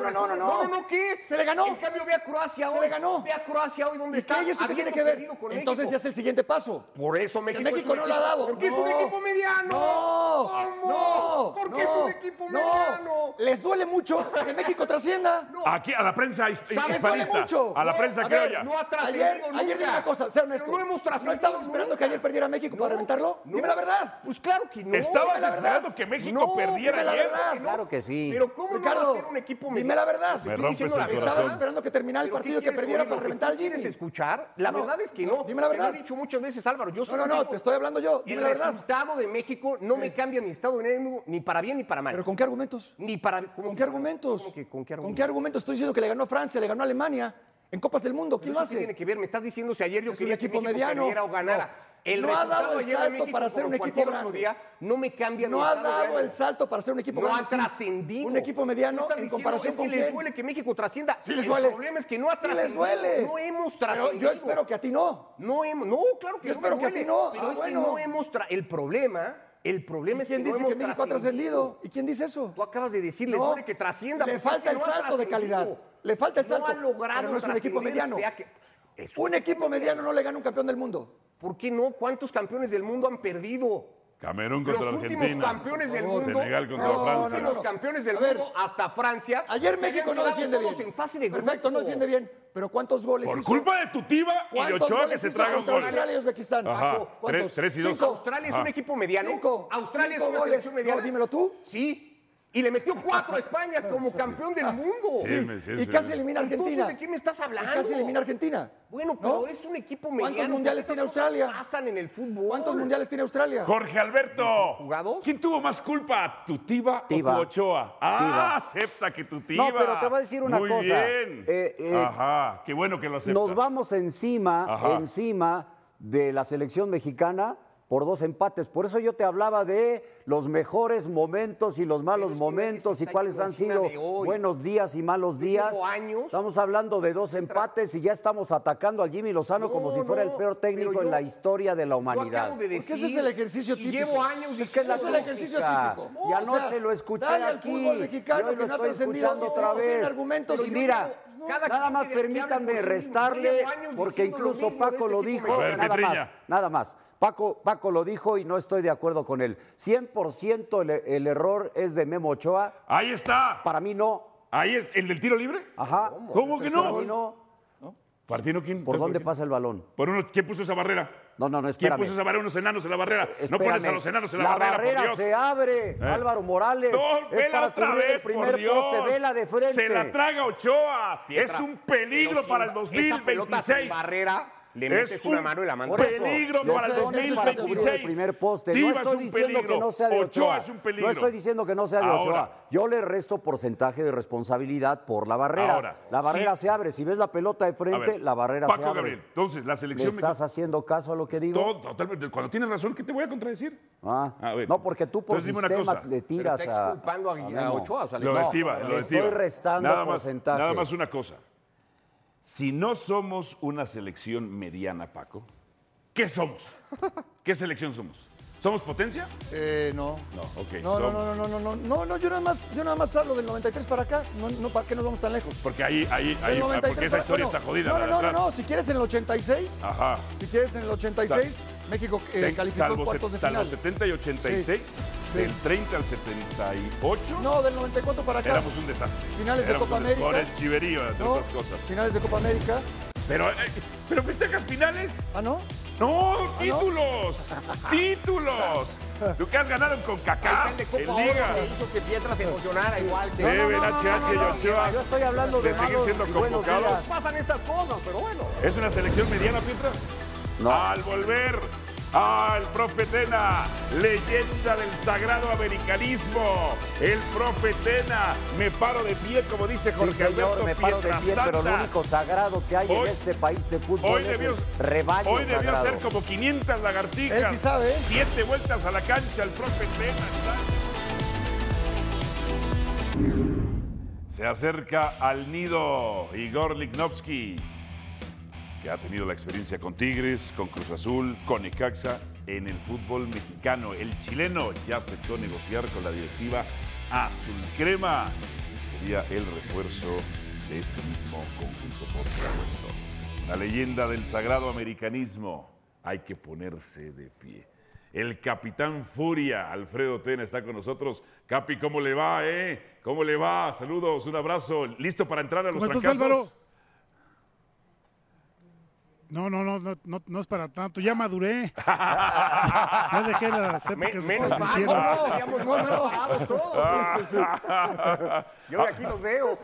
S4: no, no, no, no, no.
S6: No, no, ¿qué?
S4: Se le ganó.
S6: En cambio, ve a Croacia hoy.
S4: Se le ganó.
S6: Ve a Croacia hoy
S4: ¿Y
S6: donde
S4: qué
S6: está.
S4: hay eso que tiene
S6: habiendo
S4: que ver?
S6: perdido con
S4: Entonces
S6: México.
S4: ya es el siguiente paso.
S6: Por eso
S4: Que
S6: México,
S4: México
S6: es un
S4: no lo ha
S6: equipo-
S4: dado.
S6: Porque es un
S4: No.
S6: equipo mediano.
S4: No.
S6: ¿Cómo?
S4: No.
S6: Porque
S4: no,
S6: es un equipo
S4: no. Eh,
S6: mediano.
S4: Les duele mucho que México trascienda.
S3: Aquí, a la prensa hisp-
S4: ¿Sabes? Duele
S3: hispanista.
S4: mucho.
S3: A la
S4: No,
S3: prensa
S4: a ver,
S3: criolla.
S6: No ha trascendido
S4: Ayer,
S6: nunca.
S4: ayer dime una cosa, sea honesto.
S6: Pero no hemos
S4: ¿No
S6: trascendido
S4: estabas esperando
S6: nunca.
S4: que ayer perdiera México para reventarlo?
S6: no.
S4: Dime la verdad.
S6: Pues claro que no.
S3: Estabas
S6: Dime la verdad.
S3: esperando que México
S6: No,
S3: perdiera
S4: dime la
S3: ayer.
S4: verdad.
S7: Claro que sí.
S6: Pero ¿cómo no va a
S4: Ricardo,
S6: ser un equipo
S4: dime
S6: mediano?
S4: la verdad.
S6: Te
S3: Me
S6: estoy
S3: rompes
S6: diciendo
S3: el
S6: la verdad.
S4: Estabas
S3: corazón.
S4: esperando que terminara el
S6: ¿Pero
S4: partido
S6: qué
S4: que
S6: quieres
S4: perdiera
S6: oír?
S4: para
S6: ¿Lo que
S4: reventar al
S6: tú ¿Quieres
S4: Jimmy.
S6: escuchar? La
S4: No,
S6: verdad es que no.
S4: dime la
S6: Te lo he
S4: verdad.
S6: dicho muchas veces, Álvaro. Yo soy
S4: No, no,
S6: un
S4: no,
S6: tipo-
S4: te estoy hablando yo. Dime
S6: El
S4: la verdad.
S6: resultado de México no me cambia mi estado de ánimo ni para bien ni para mal.
S4: ¿Pero con qué argumentos?
S6: Ni para... ¿cómo
S4: ¿Con
S6: que-
S4: qué argumentos?
S6: ¿Cómo que ¿Con qué argumentos?
S4: argumentos? Estoy diciendo que le ganó a Francia, le ganó a Alemania en Copas del Mundo. ¿Quién
S6: ¿Pero
S4: lo
S6: eso qué tiene
S4: hace?
S6: que ver? Me estás diciendo si ayer yo
S4: Es un
S6: quería que
S4: equipo
S6: México
S4: mediano.
S6: perdiera o ganara.
S4: No. No ha
S6: resultado
S4: dado el
S6: ayer de
S4: salto
S6: México,
S4: para ser
S6: como
S4: un equipo
S6: cualquier otro
S4: grande.
S6: día, no me cambia mi
S4: No ha
S6: estado de
S4: dado
S6: ánimo.
S4: el salto para ser un equipo
S6: No ha
S4: grande, sí.
S6: trascendido.
S4: Un equipo
S6: Tú
S4: mediano
S6: estás
S4: en
S6: diciendo,
S4: comparación
S6: es
S4: con
S6: que les
S4: quién.
S6: duele que México trascienda.
S4: Sí les duele.
S6: El problema es que no ha
S4: Sí les
S6: trascendido.
S4: duele.
S6: No hemos
S4: Pero
S6: trascendido.
S4: yo espero que a ti no.
S6: No hemos, no, claro que
S4: Yo
S6: no
S4: espero
S6: me
S4: que a
S6: duele,
S4: ti no.
S6: Pero
S4: Ah,
S6: es
S4: bueno.
S6: que no hemos tra- el problema, el problema es que
S4: ¿Quién
S6: no
S4: dice
S6: hemos
S4: que México ha trascendido? ¿Y quién dice eso?
S6: Tú acabas de decir, les
S4: No,
S6: duele que trascienda.
S4: le
S6: pues es
S4: falta
S6: que
S4: el
S6: no ha
S4: salto de calidad.
S6: trascendido.
S4: Le falta el salto,
S6: No ha logrado
S4: pero no es un equipo
S6: trascender,
S4: mediano.
S6: sea que- es
S4: Un equipo mediano no le gana un campeón del mundo.
S6: ¿Por qué no? ¿Cuántos campeones del mundo han perdido?
S3: Camerún
S6: Los
S3: contra
S6: últimos
S3: Argentina.
S6: campeones del
S3: Por
S6: mundo.
S3: favor. Senegal contra
S6: los
S3: Francia.
S6: últimos campeones del
S4: A ver,
S6: mundo hasta Francia.
S4: Ayer
S6: se
S4: México
S6: habían
S4: no
S6: quedado
S4: defiende bien.
S6: todos en fase de
S4: Perfecto, no
S6: grupo.
S4: defiende bien. Pero ¿cuántos goles
S3: Por
S4: hizo?
S3: culpa de tu tiba y de
S4: ¿Cuántos
S3: Ochoa que
S4: goles
S3: se
S4: hizo
S3: traga un
S4: contra
S3: gol.
S4: Australia y Uzbekistán.
S3: Ajá,
S4: Paco,
S3: tres-
S4: ¿cuántos?
S3: tres y dos.
S4: Cinco.
S6: Australia es
S3: Ajá.
S6: un equipo mediano.
S4: Cinco.
S6: Australia
S4: Cinco
S6: es una
S4: goles.
S6: selección mediana.
S4: No, dímelo tú.
S6: Sí. Y le metió cuatro a España como campeón
S4: Ah,
S6: del mundo.
S3: Sí, me- sí,
S4: y
S3: sí,
S4: casi
S3: sí.
S4: elimina a Argentina.
S6: Entonces, ¿de qué me estás
S4: Y
S6: hablando?
S4: casi elimina a Argentina.
S6: Bueno,
S4: ¿No?
S6: pero es un equipo mediano.
S4: ¿Cuántos mundiales
S6: Estas
S4: tiene
S6: cosas
S4: Australia?
S6: Pasan en el fútbol.
S4: ¿Cuántos mundiales tiene Australia?
S3: Jorge Alberto.
S6: ¿Jugados?
S3: ¿Quién tuvo más culpa? ¿Tu tiba, o
S7: Tiba.
S3: tu Ochoa? Ah, acepta que tu tiba.
S7: No, pero te voy a decir una
S3: Muy
S7: cosa.
S3: bien.
S7: Eh, eh,
S3: Ajá, qué bueno que lo aceptas.
S7: Nos vamos encima,
S3: Ajá.
S7: encima de la selección mexicana por dos empates. Por eso yo te hablaba de los mejores momentos y los
S6: es
S7: malos
S6: que nadie se
S7: momentos y
S6: está
S7: cuáles
S6: yendo
S7: han
S6: encima
S7: sido
S6: de hoy.
S7: buenos días y malos
S6: Yo
S7: días.
S6: llevo años.
S7: Estamos hablando de dos empates y ya estamos atacando al Jimmy Lozano como
S6: No,
S7: si fuera
S6: no,
S7: el peor técnico
S6: pero
S7: en
S6: yo-
S7: la historia de la
S6: Yo
S7: humanidad.
S6: acabo de
S4: Porque
S6: decir.
S4: ese es el ejercicio
S6: y
S4: típico.
S6: Llevo
S7: Pues
S6: años.
S4: Es que es la
S6: diciendo
S4: el ejercicio
S7: Ah,
S4: típico.
S7: Y
S4: O
S7: anoche
S4: sea,
S7: lo escuché
S4: dale al
S7: aquí.
S4: fútbol mexicano
S7: y hoy
S4: que
S7: lo
S4: no ha
S7: estoy
S4: trascendido,
S7: escuchando otra
S4: no tiene
S7: vez.
S4: argumentos,
S7: y
S4: yo
S7: mira,
S4: no-
S6: cada
S7: nada
S6: quien
S7: más
S6: tiene que
S7: permítanme
S6: hablar por sí mismo. Yo
S7: restarle,
S6: llevo años
S7: porque
S6: diciendo lo
S7: incluso
S6: mismo de
S7: Paco
S6: este
S7: lo
S6: tipo
S7: dijo,
S3: de- A ver,
S7: nada
S3: Petriña.
S7: más, nada más. Paco, Paco lo dijo y no estoy de acuerdo con él. 100% el, el error es de Memo Ochoa.
S3: Ahí está.
S7: Para mí no.
S3: Ahí es. ¿El del tiro libre?
S7: Ajá.
S3: ¿Cómo que
S7: Para mí
S3: no?
S7: no.
S3: ¿Partino quién?
S7: ¿Por
S3: ¿Sabes
S7: dónde
S3: quién?
S7: pasa el balón?
S3: Por uno, ¿Quién puso esa barrera?
S7: No, no, no,
S3: ¿Quién
S7: espérame.
S3: puso esa barrera? Unos enanos en la barrera. No
S7: Espérame.
S3: pones a los enanos en la, barrera, por Dios. Eh.
S7: se abre, Álvaro Morales.
S3: No,
S7: es
S3: vela
S7: para
S3: otra
S7: cubrir el
S3: vez,
S7: primer
S3: por Dios.
S7: poste, vela de frente.
S3: Se la traga Ochoa.
S6: Pietra,
S3: es un peligro
S6: pero sin-
S3: para el
S6: Esa pelota sin
S3: 2026.
S6: barrera, le metes
S3: Es
S6: una mano y la mandas.
S7: Por eso,
S3: peligro
S7: si
S3: para el
S7: ese- ese es para cubrir
S3: 2026.
S7: El primer poste. No
S3: Tiva es
S7: estoy
S3: un
S7: diciendo que
S3: peligro.
S7: no sea de Ochoa.
S3: Ochoa es un peligro.
S7: No estoy diciendo que no sea de
S3: Ahora.
S7: Ochoa. Yo le resto porcentaje de responsabilidad por la barrera.
S3: Ahora,
S7: la barrera
S3: sí.
S7: se abre. Si ves la pelota de
S3: A
S7: frente,
S3: ver,
S7: la barrera
S3: Paco
S7: se abre.
S3: Gabriel, entonces, la
S7: ¿Me
S3: selección
S7: estás haciendo caso a lo que digo?
S3: Todo, totalmente. Cuando tienes razón, ¿qué te voy a contradecir?
S7: Ah,
S3: A ver.
S7: No, porque tú por
S3: Entonces, dime una
S7: sistema
S3: cosa.
S7: le
S6: Pero
S7: tiras
S6: está
S7: a,
S6: exculpando a, Gui- a
S7: Memo.
S6: Ochoa. O sea, le
S3: Lo
S6: está-
S3: de Tiva,
S7: le
S3: lo de
S7: estoy
S3: Tiva.
S7: restando
S3: nada más,
S7: porcentaje.
S3: Nada más una cosa. Si no somos una selección mediana, Paco, ¿qué somos? ¿Qué selección somos? ¿Somos potencia?
S4: Eh, no.
S3: No, ok,
S4: No, no, no,
S3: somos.
S4: no, no, no, no, no, yo nada más, yo nada más hablo del 93 para acá, no, no, ¿para qué nos vamos tan lejos?
S3: Porque ahí, ahí, ahí, ah,
S4: Del 93
S3: porque esa
S4: para-
S3: historia
S4: bueno,
S3: está jodida.
S4: No, no,
S3: la de
S4: no, no,
S3: atrás.
S4: no, si quieres en el 86,
S3: Ajá.
S4: si quieres en el 86, México eh,
S3: Ten-
S4: calificó en
S3: salvo,
S4: cuartos de
S3: se- salvo
S4: final.
S3: 70 y 86,
S4: Sí.
S3: del 30 al 78,
S4: No, del 94 para acá.
S3: éramos un desastre.
S4: Finales de
S3: Éramos
S4: Copa
S3: un-
S4: América.
S3: Por el chiverío, entre
S4: ¿no?
S3: otras cosas.
S4: Finales de Copa América.
S3: Pero, eh, pero festejas finales.
S4: Ah, ¿no?
S3: No, títulos, títulos. Tú que has ganado con Cacá,
S6: Ahí está el de Copa
S3: en
S6: Oro,
S3: Liga.
S6: que hizo que Pietra se emocionara igual. que-
S3: Deben
S6: No, no, no,
S3: HH
S6: no, no, no.
S3: y Ochoa.
S7: Yo estoy hablando de
S3: ¿Le siguen
S7: malos
S3: siendo
S7: y buenos
S3: convocados?
S7: días.
S6: Pasan estas cosas, pero bueno.
S3: ¿Es una selección mediana, Pietra?
S7: No.
S3: Al volver al profe Tena, leyenda del sagrado americanismo. El profe Tena, me paro de pie, como dice
S7: Sí,
S3: Jorge
S7: señor,
S3: Alberto
S7: me paro de pie, pero lo
S3: Pietrasanta.
S7: único sagrado que hay
S3: Hoy-
S7: en este país de fútbol
S3: Hoy
S7: es
S3: debió,
S7: el rebaño
S3: hoy debió
S7: sagrado.
S3: ser como 500 lagartijas.
S4: Él sí sabe, ¿eh?
S3: Siete vueltas a la cancha, el profe Tena. está- Se acerca al nido Igor Lignovsky, que ha tenido la experiencia con Tigres, con Cruz Azul, con Ecaxa en el fútbol mexicano. El chileno ya aceptó negociar con la directiva Azul Crema. Sería el refuerzo de este mismo conjunto, por supuesto. La leyenda del sagrado americanismo. Hay que ponerse de pie. El capitán Furia, Alfredo Tena, está con nosotros. Capi, ¿cómo le va, eh? ¿Cómo le va? Saludos, un abrazo. ¿Listo para entrar a los
S8: ¿Cómo estás,
S3: fracasos?
S8: Álvaro? No, no, no, no, no, no es para tanto. Ya maduré. ya dejé las épocas de
S6: menos mal,
S8: hicieron.
S6: no, no.
S4: Teníamos muy trabajados
S3: Ah.
S4: todos.
S6: Yo de aquí los veo.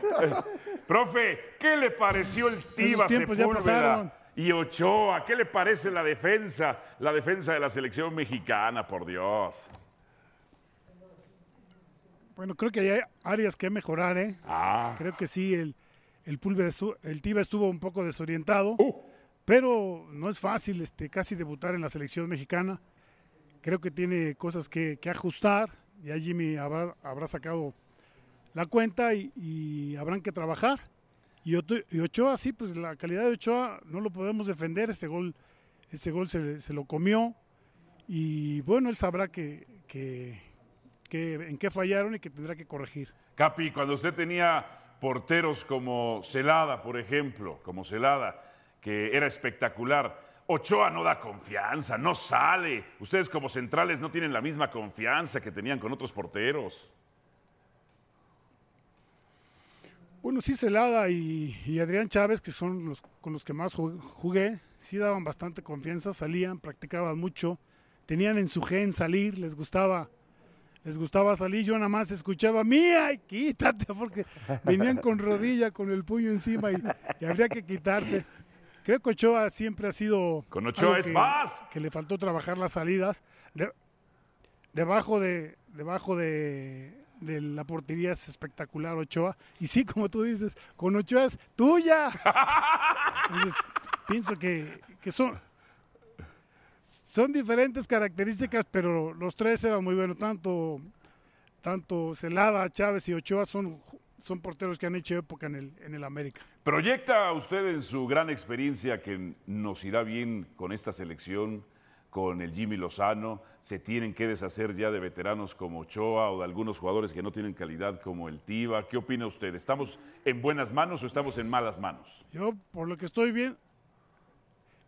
S3: Profe, ¿qué le pareció el Tiva
S8: tiempos ya pasaron.
S3: Sepúlveda y Ochoa? ¿Qué le parece la defensa, la defensa de la selección mexicana, por Dios?
S8: Bueno, creo que hay áreas que mejorar, ¿eh?
S3: Ah,
S8: Creo que sí, el, el Pulver estu- el Tiva estuvo un poco desorientado, pero no es fácil este, casi debutar en la selección mexicana. Creo que tiene cosas que, que ajustar, ya Jimmy habrá, habrá sacado la cuenta y, y habrán que trabajar. Y, Oto- y Ochoa, sí, pues la calidad de Ochoa no lo podemos defender, ese gol, ese gol se, se lo comió y bueno, él sabrá que, que- que en qué fallaron y que tendrá que corregir.
S3: Capi, cuando usted tenía porteros como Celada, por ejemplo, como Celada, que era espectacular, Ochoa no da confianza, no sale. Ustedes como centrales no tienen la misma confianza que tenían con otros porteros.
S8: Bueno, sí, Celada y, y Adrián Chávez, que son los con los que más ju- jugué, sí daban bastante confianza, salían, practicaban mucho, tenían en su gen salir, les gustaba, les gustaba salir, yo nada más escuchaba, mía, y quítate, porque venían con rodilla, con el puño encima y, y habría que quitarse. Creo que Ochoa siempre ha sido...
S3: Con Ochoa
S8: algo
S3: es más.
S8: Que le faltó trabajar las salidas. De- debajo de debajo de, de la portería es espectacular Ochoa y sí como tú dices con Ochoa es tuya Entonces, pienso que, que son Son diferentes características, pero los tres eran muy buenos. Tanto, tanto Celada, Chávez y Ochoa son, son porteros que han hecho época en el, en el América.
S3: ¿Proyecta usted en su gran experiencia que nos irá bien con esta selección, con el Jimmy Lozano? ¿Se tienen que deshacer ya de veteranos como Ochoa o de algunos jugadores que no tienen calidad como el Tiva? ¿Qué opina usted? ¿Estamos en buenas manos o estamos en malas manos?
S8: Yo, por lo que estoy bien,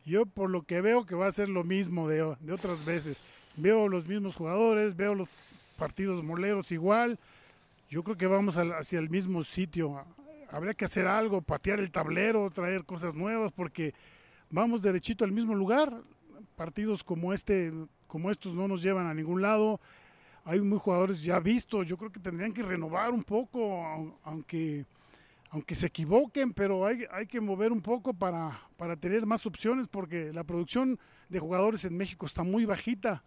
S8: yo por lo que veo que va a ser lo mismo de, de otras veces. Veo los mismos jugadores, veo los partidos moleros igual. Yo creo que vamos al- hacia el mismo sitio. Habría que hacer algo, patear el tablero, traer cosas nuevas, porque vamos derechito al mismo lugar. Partidos como este, como estos no nos llevan a ningún lado. Hay muy jugadores ya vistos. Yo creo que tendrían que renovar un poco, au- aunque aunque se equivoquen, pero hay, hay que mover un poco para, para tener más opciones, porque la producción de jugadores en México está muy bajita.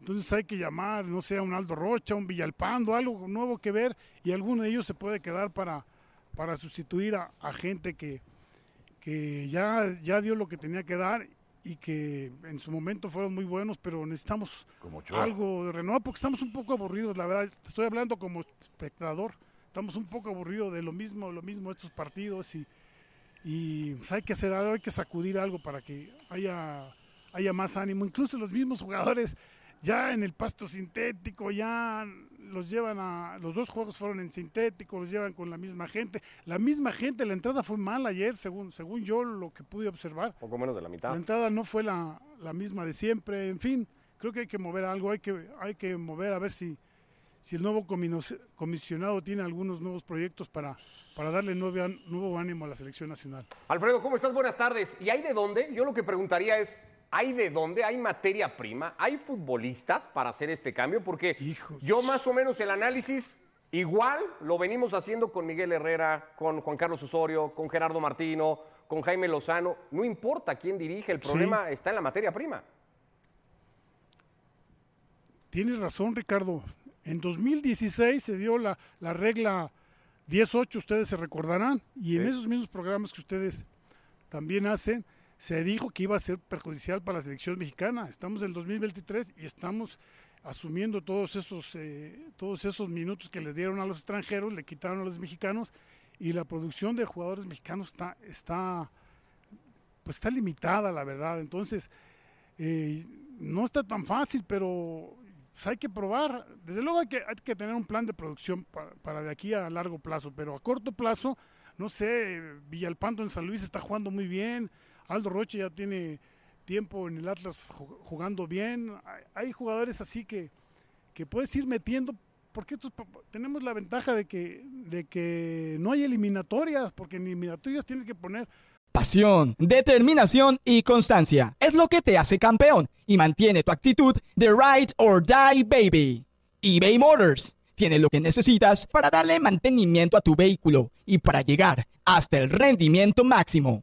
S8: Entonces hay que llamar, no sé, a un Aldo Rocha, un Villalpando, algo nuevo que ver, y alguno de ellos se puede quedar para, para sustituir a, a gente que, que ya, ya dio lo que tenía que dar y que en su momento fueron muy buenos, pero necesitamos
S3: Como Ochoa.
S8: algo de renovar, porque estamos un poco aburridos, la verdad. Te estoy hablando como espectador. Estamos un poco aburridos de lo mismo, lo mismo estos partidos y, y pues, hay que hacer algo, hay que sacudir algo para que haya, haya más ánimo. Incluso los mismos jugadores ya en el pasto sintético, ya los llevan a... Los dos juegos fueron en sintético, los llevan con la misma gente. La misma gente, la entrada fue mala ayer, según, según yo lo que pude observar.
S9: Poco menos de la mitad.
S3: Mm.
S8: La entrada no fue la, la misma de siempre, en fin, creo que hay que mover algo, hay que, hay que mover a ver si, si el nuevo comino- comisionado tiene algunos nuevos proyectos para, para darle nuevo, an- nuevo ánimo a la selección nacional.
S6: Alfredo, ¿cómo estás? Buenas tardes. ¿Y hay de dónde? Yo lo que preguntaría es, ¿hay de dónde? ¿Hay materia prima? ¿Hay futbolistas para hacer este cambio? Porque
S8: Hijos.
S6: yo más o menos el análisis igual lo venimos haciendo con Miguel Herrera, con Juan Carlos Osorio, con Gerardo Martino, con Jaime Lozano. No importa quién dirige, el problema está en la materia prima.
S8: Tienes razón, Ricardo. En 2016 se dio la, la regla 18, ustedes se recordarán, y en esos mismos programas que ustedes también hacen, se dijo que iba a ser perjudicial para la selección mexicana. Estamos en el 2023 y estamos asumiendo todos esos, eh, todos esos minutos que les dieron a los extranjeros, le quitaron a los mexicanos, y la producción de jugadores mexicanos está, está, pues está limitada, la verdad. Entonces, eh, no está tan fácil, pero pues, hay que probar. Desde luego hay que, hay que tener un plan de producción pa- para de aquí a largo plazo, pero a corto plazo, no sé, Villalpando en San Luis está jugando muy bien, Aldo Roche ya tiene tiempo en el Atlas ju- jugando bien, hay, hay jugadores así que, que puedes ir metiendo. Porque estos pa- tenemos la ventaja de que, de que no hay eliminatorias, porque en eliminatorias tienes que poner
S10: Pasión, determinación y constancia es lo que te hace campeón y mantiene tu actitud de ride or die baby. eBay Motors tiene lo que necesitas para darle mantenimiento a tu vehículo y para llegar hasta el rendimiento máximo.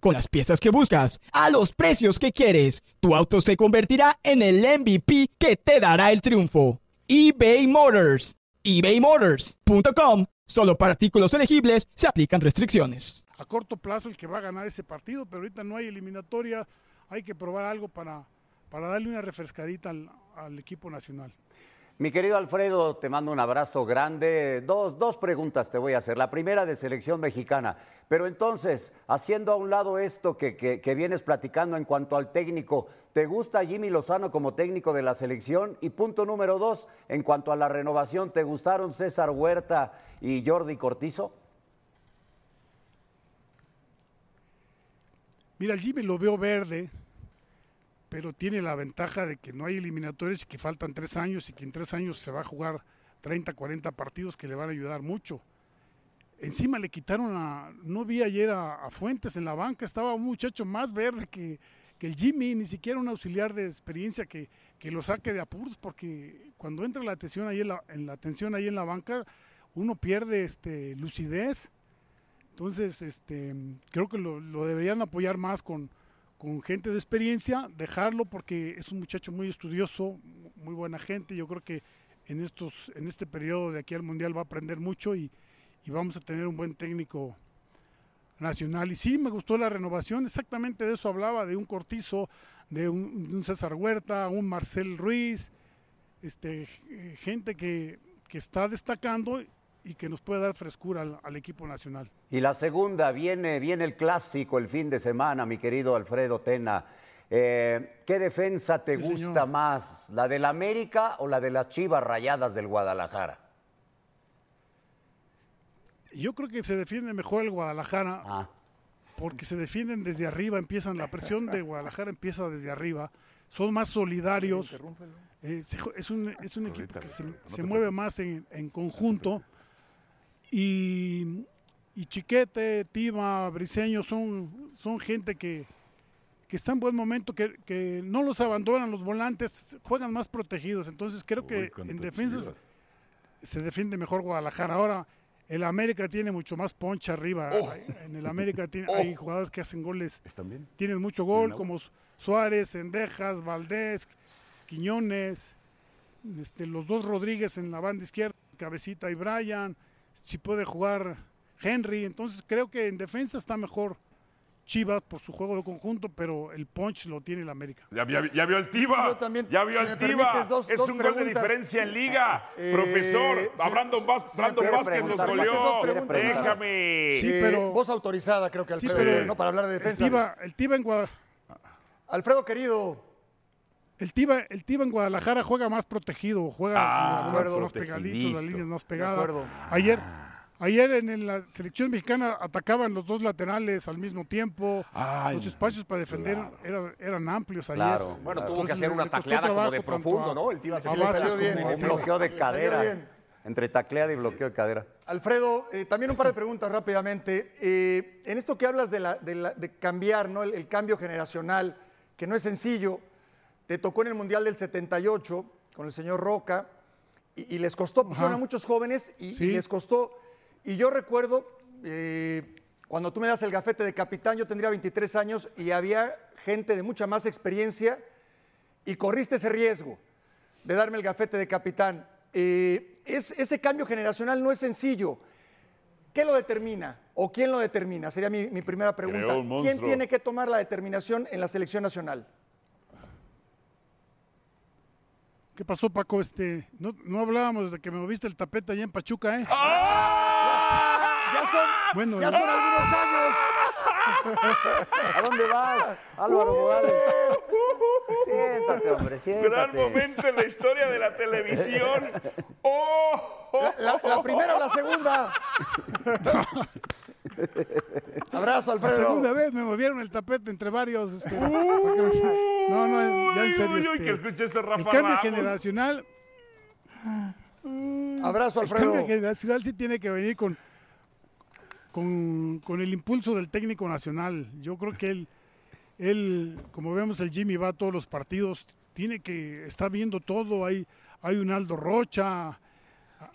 S10: Con las piezas que buscas, a los precios que quieres, tu auto se convertirá en el MVP que te dará el triunfo. eBay Motors. ebaymotors.com. Solo para artículos elegibles se aplican restricciones.
S8: a corto plazo el que va a ganar ese partido, pero ahorita no hay eliminatoria, hay que probar algo para, para darle una refrescadita al, al equipo nacional.
S7: Mi querido Alfredo, te mando un abrazo grande. Dos, dos preguntas te voy a hacer. La primera de selección mexicana. Pero entonces, haciendo a un lado esto que, que- que vienes platicando en cuanto al técnico, ¿te gusta Jimmy Lozano como técnico de la selección? Y punto número dos, en cuanto a la renovación, ¿te gustaron César Huerta y Jordi Cortizo?
S8: Mira, el Jimmy lo veo verde, pero tiene la ventaja de que no hay eliminatorias y que faltan tres años y que en tres años se va a jugar 30, 40 partidos que le van a ayudar mucho. Encima le quitaron a. No vi ayer a, a Fuentes en la banca, estaba un muchacho más verde que, que el Jimmy, ni siquiera un auxiliar de experiencia que, que lo saque de apuros, porque cuando entra la tensión ahí en la, en la tensión ahí en la banca, uno pierde este lucidez. Entonces, este, creo que lo, lo deberían apoyar más con, con gente de experiencia, dejarlo porque es un muchacho muy estudioso, muy buena gente. Yo creo que en estos, en este periodo de aquí al mundial va a aprender mucho y, y vamos a tener un buen técnico nacional. Y sí, me gustó la renovación, exactamente de eso hablaba, de un Cortizo, de un, de un César Huerta, un Marcel Ruiz, este, eh, gente que, que está destacando y que nos puede dar frescura al- al equipo nacional.
S7: Y la segunda, viene, viene el clásico el fin de semana, mi querido Alfredo Tena. Eh, ¿Qué defensa te
S8: Sí,
S7: gusta
S8: señor.
S7: más, la del América o la de las Chivas Rayadas del Guadalajara?
S8: Yo creo que se defiende mejor el Guadalajara
S7: Ah,
S8: porque se defienden desde arriba, empiezan la presión de Guadalajara empieza desde arriba, son más solidarios, eh, se jue- es un, es un equipo que se, se mueve más en, en conjunto y, y Chiquete, Tima, Briseño son, son gente que, que está en buen momento, que, que no los abandonan los volantes, juegan más protegidos, entonces creo que en defensas se defiende mejor Guadalajara. Ahora, el América tiene mucho más poncha arriba. En el América tiene, hay jugadores que hacen goles.
S3: ¿Están bien?
S8: Tienen mucho gol, como Su- Suárez, Sendejas, Valdés, Quiñones, este, los dos Rodríguez en la banda izquierda, Cabecita y Brian. Si puede jugar Henry. Entonces, creo que en defensa está mejor Chivas por su juego de conjunto, pero el punch lo tiene el América.
S3: Ya, ya- ya vio al Tiva.
S4: Yo también,
S3: ya
S4: si
S3: vio al
S4: me
S3: Tiva.
S4: permites, dos-
S3: es
S4: dos
S3: un gol de
S4: preguntas.
S3: diferencia en liga.
S4: Eh,
S3: Profesor,
S4: si-
S3: a Brandon,
S4: si-
S3: Vázquez-
S4: si me
S3: Brandon
S4: quiere
S3: Vázquez nos
S7: preguntar,
S3: goleó.
S7: dos preguntas.
S3: Déjame.
S8: Sí,
S4: Eh,
S8: pero-
S4: Voz autorizada, creo que
S8: Sí,
S4: Alfredo,
S8: pero-
S4: ¿no? Para hablar de
S8: El
S4: defensas.
S8: Tiva, el Tiva en Guadalajara.
S4: Alfredo, querido,
S8: El Tiba, el Tiva en Guadalajara juega más protegido, juega
S3: Ah,
S8: con los balones más
S3: protegidito.
S8: pegaditos, las líneas más
S4: De
S8: pegadas.
S4: acuerdo.
S8: Ayer, ayer en, en la selección mexicana atacaban los dos laterales al mismo tiempo.
S3: Ay,
S8: los espacios para defender eran, eran amplios ayer.
S7: Claro.
S6: Bueno, tuvo que
S8: Entonces,
S6: hacer
S8: le-
S6: una
S8: le costó
S6: tacleada como
S8: trabajo
S6: de
S8: tanto
S6: profundo,
S8: a-
S6: ¿no? El Tiva se
S8: a
S4: le
S8: Vázquez
S4: salió bien,
S8: como
S4: le
S8: a
S7: un
S8: Tiva.
S7: bloqueo de
S4: Le salió
S7: cadera,
S4: bien.
S7: entre tacleada y bloqueo de cadera.
S4: Alfredo, eh, también un par de preguntas rápidamente. Eh, en esto que hablas de, la- de la- de cambiar, ¿no? El, el cambio generacional, que no es sencillo, te tocó en el Mundial del 78 con el señor Roca y, y les costó, pusieron a muchos jóvenes y, y
S8: Sí.
S4: les costó. Y yo recuerdo, eh, cuando tú me das el gafete de capitán, yo tendría 23 años y había gente de mucha más experiencia y corriste ese riesgo de darme el gafete de capitán. Eh, es- ese cambio generacional no es sencillo. ¿Qué lo determina? ¿O quién lo determina? Sería mi, mi primera pregunta.
S3: Creó
S4: ¿Quién
S3: un monstruo.
S4: tiene que tomar la determinación en la selección nacional?
S8: ¿Qué pasó, Paco? Este, no, no hablábamos desde que me moviste el tapete allá en Pachuca,
S6: ¡Ah!
S8: ¿eh?
S4: Ya son,
S8: Bueno,
S4: ya
S8: el-
S4: son algunos años.
S7: ¿A dónde vas, Ah, Álvaro Morales? Siéntate, hombre, siéntate.
S3: Gran momento en la historia de la televisión. ¡Oh! oh.
S4: La, la primera o la segunda. Abrazo,
S8: la
S4: Alfredo.
S8: segunda vez me movieron el tapete entre varios. este, porque me- no, no, ya en
S3: Uy,
S8: serio.
S3: uy, uy,
S8: este,
S3: que escuché ese Rafa
S8: el cambio
S3: Ramos.
S8: generacional
S4: Abrazo,
S8: El cambio
S4: Alfredo.
S8: generacional sí tiene que venir con, con, con el impulso del técnico nacional. Yo creo que él, él, como vemos, el Jimmy va a todos los partidos, tiene que, está viendo todo, hay, hay un Aldo Rocha,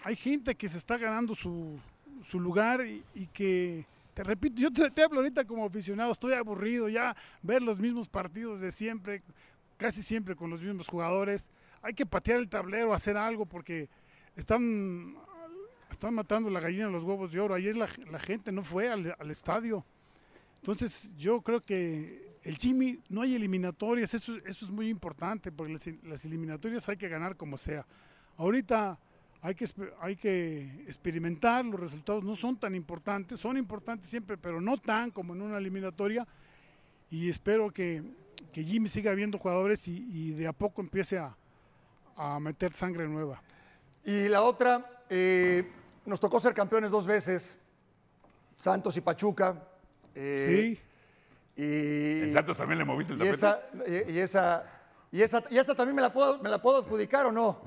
S8: hay gente que se está ganando su, su lugar y, y que, te repito, yo te, te hablo ahorita como aficionado, estoy aburrido ya ver los mismos partidos de siempre, casi siempre con los mismos jugadores. Hay que patear el tablero, hacer algo porque están, están matando la gallina de los huevos de oro. Ayer la, la gente no fue al, al estadio. Entonces yo creo que el Jimmy no hay eliminatorias, eso, eso es muy importante, porque las, las eliminatorias hay que ganar como sea. Ahorita hay que, espe- hay que experimentar, los resultados no son tan importantes, son importantes siempre, pero no tan como en una eliminatoria. Y espero que, que Jimmy siga viendo jugadores y, y de a poco empiece a- a meter sangre nueva.
S4: Y la otra, eh, nos tocó ser campeones dos veces, Santos y Pachuca. eh,
S8: Sí,
S4: Y,
S3: En Santos también le moviste el
S4: y
S3: tapete.
S4: esa, y, y esa, y esa, y esa también me la puedo, me la puedo adjudicar o no.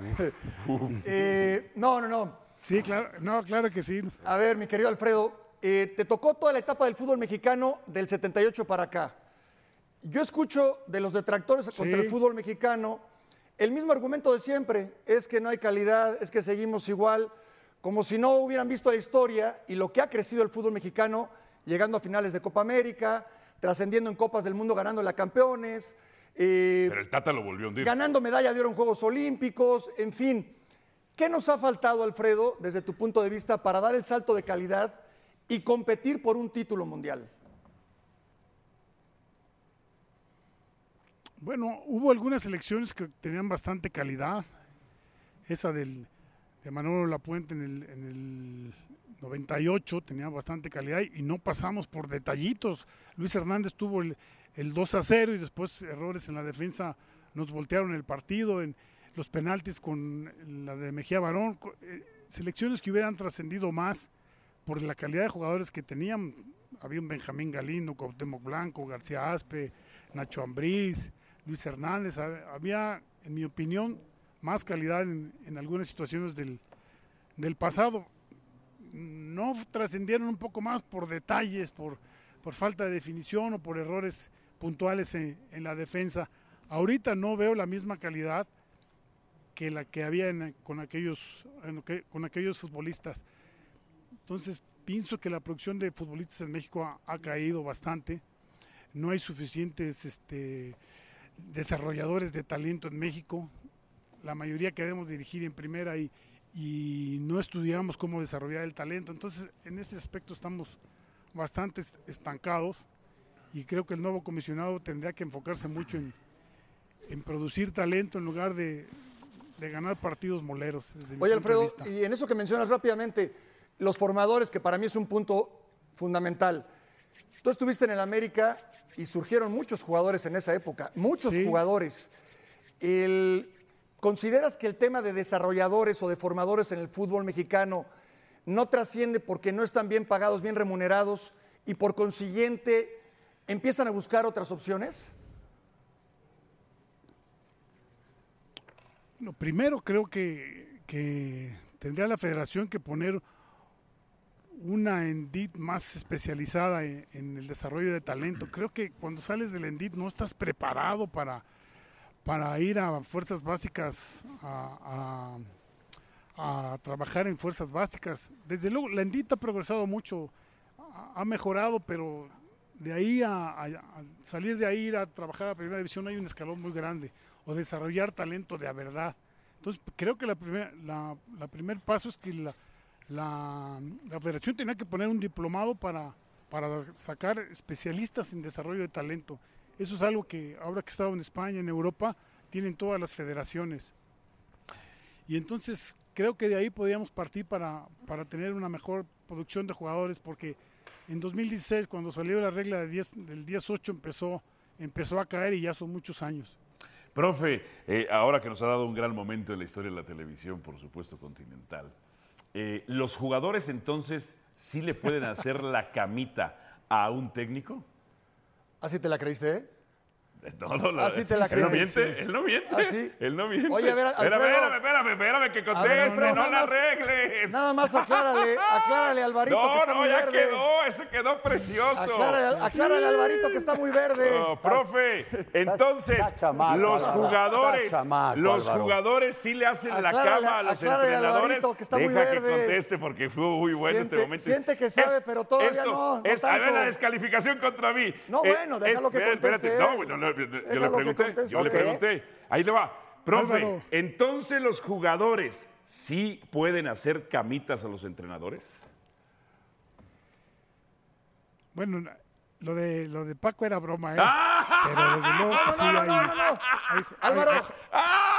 S4: Eh, no, no, no.
S8: sí, claro, no, claro que sí.
S4: A ver, mi querido Alfredo, eh, te tocó toda la etapa del fútbol mexicano del 78 para acá. Yo escucho de los detractores contra
S8: Sí.
S4: el fútbol mexicano el mismo argumento de siempre, es que no hay calidad, es que seguimos igual, como si no hubieran visto la historia y lo que ha crecido el fútbol mexicano llegando a finales de Copa América, trascendiendo en Copas del Mundo, ganando la Campeones, eh,
S3: Pero el Tata lo volvió a hundir.
S4: ganando medalla de oro en Juegos Olímpicos, en fin. ¿Qué nos ha faltado, Alfredo, desde tu punto de vista, para dar el salto de calidad y competir por un título mundial?
S8: Bueno, hubo algunas selecciones que tenían bastante calidad. Esa del, de Manolo Lapuente en el, en el 98 tenía bastante calidad y no pasamos por detallitos. Luis Hernández tuvo el, el 2 a 0 y después errores en la defensa nos voltearon el partido en los penaltis con la de Mejía Barón. co- eh, Selecciones que hubieran trascendido más por la calidad de jugadores que tenían. Había un Benjamín Galindo, Cuauhtémoc Blanco, García Aspe, Nacho Ambriz, Luis Hernández. Ha- Había, en mi opinión, más calidad en, en algunas situaciones del, del pasado. No trascendieron un poco más por detalles, por, por falta de definición o por errores puntuales en, en la defensa. Ahorita no veo la misma calidad que la que había en- con, aquellos, en que- con aquellos futbolistas. Entonces, pienso que la producción de futbolistas en México ha, ha caído bastante. No hay suficientes este, desarrolladores de talento en México. La mayoría queremos dirigir en primera y, y no estudiamos cómo desarrollar el talento. Entonces, en ese aspecto estamos bastante es- estancados y creo que el nuevo comisionado tendría que enfocarse mucho en, en producir talento en lugar de, de ganar partidos moleros. desde mi
S4: Oye,
S8: punto de
S4: Alfredo,
S8: vista.
S4: y en eso que mencionas rápidamente, los formadores, que para mí es un punto fundamental. Tú estuviste en el América y surgieron muchos jugadores en esa época, muchos
S8: Sí.
S4: jugadores. El- ¿Consideras que el tema de desarrolladores o de formadores en el fútbol mexicano no trasciende porque no están bien pagados, bien remunerados y por consiguiente empiezan a buscar otras opciones?
S8: Lo primero creo que, que tendría la federación que poner una ENDIT más especializada en, en el desarrollo de talento. Creo que cuando sales del ENDIT no estás preparado para, para ir a fuerzas básicas, a, a- a trabajar en fuerzas básicas. Desde luego, la ENDIT ha progresado mucho, ha- ha mejorado, pero de ahí a, a- a salir de ahí, ir a trabajar a primera división, hay un escalón muy grande. O desarrollar talento de a verdad. Entonces, creo que la primer, la, la primer paso es que la, la, la federación tenía que poner un diplomado para, para sacar especialistas en desarrollo de talento. Eso es algo que ahora que he estado en España, en Europa, tienen todas las federaciones. Y entonces creo que de ahí podríamos partir para, para tener una mejor producción de jugadores, porque en 2016, cuando salió la regla de 10 del 10-8, empezó, empezó a caer y ya son muchos años.
S3: Profe, eh, ahora que nos ha dado un gran momento en la historia de la televisión, por supuesto continental, eh, ¿los jugadores entonces sí le pueden hacer la camita a un técnico?
S4: ¿Así te la creíste, eh?
S3: No, no, la-
S4: Así te la
S3: él no
S4: crees,
S3: miente,
S4: Ah, sí.
S3: él no miente,
S4: Así.
S3: él no miente.
S4: Oye, a ver,
S3: espérame,
S4: Alfredo.
S3: espérame, espérame, espérame, que
S4: A ver,
S3: conteste,
S4: Alfredo,
S3: no
S4: nada
S3: la
S4: más-
S3: arregles.
S4: Nada más aclárale, aclárale, Alvarito, que
S3: No,
S4: está
S3: no,
S4: muy
S3: ya
S4: verde.
S3: quedó, ese quedó precioso.
S4: Aclárale, aclárale, Alvarito, que está muy verde. Oh.
S3: No, Ah, profe, entonces
S7: estás chamaco,
S3: los
S7: Álvaro,
S3: jugadores,
S7: estás chamaco,
S3: los
S7: Álvaro.
S3: jugadores sí le hacen la
S4: Aclárale,
S3: cama a los
S4: aclárale,
S3: entrenadores.
S4: Alvarito, que está muy
S3: Deja que
S4: verde.
S3: conteste porque fue muy bueno
S4: Siente-
S3: este momento.
S4: siente que sabe, pero todavía no, no
S3: a ver
S4: tanto.
S3: la descalificación contra mí. Eh,
S4: No, bueno, déjalo que
S3: espérate, espérate,
S4: conteste
S3: no,
S4: él.
S3: bueno, no, no, yo le
S4: Déjalo que
S3: pregunté,
S4: conteste.
S3: yo le
S4: Ok.
S3: pregunté. Ahí le va. Profe,
S8: Álvaro.
S3: entonces los jugadores sí pueden hacer camitas a los entrenadores.
S8: Bueno, lo de, lo de Paco era broma, ¿eh? Pero desde luego que sí
S4: No, no,
S8: hay-
S4: no, no, Ah, no.
S8: hay- hay-
S4: Álvaro,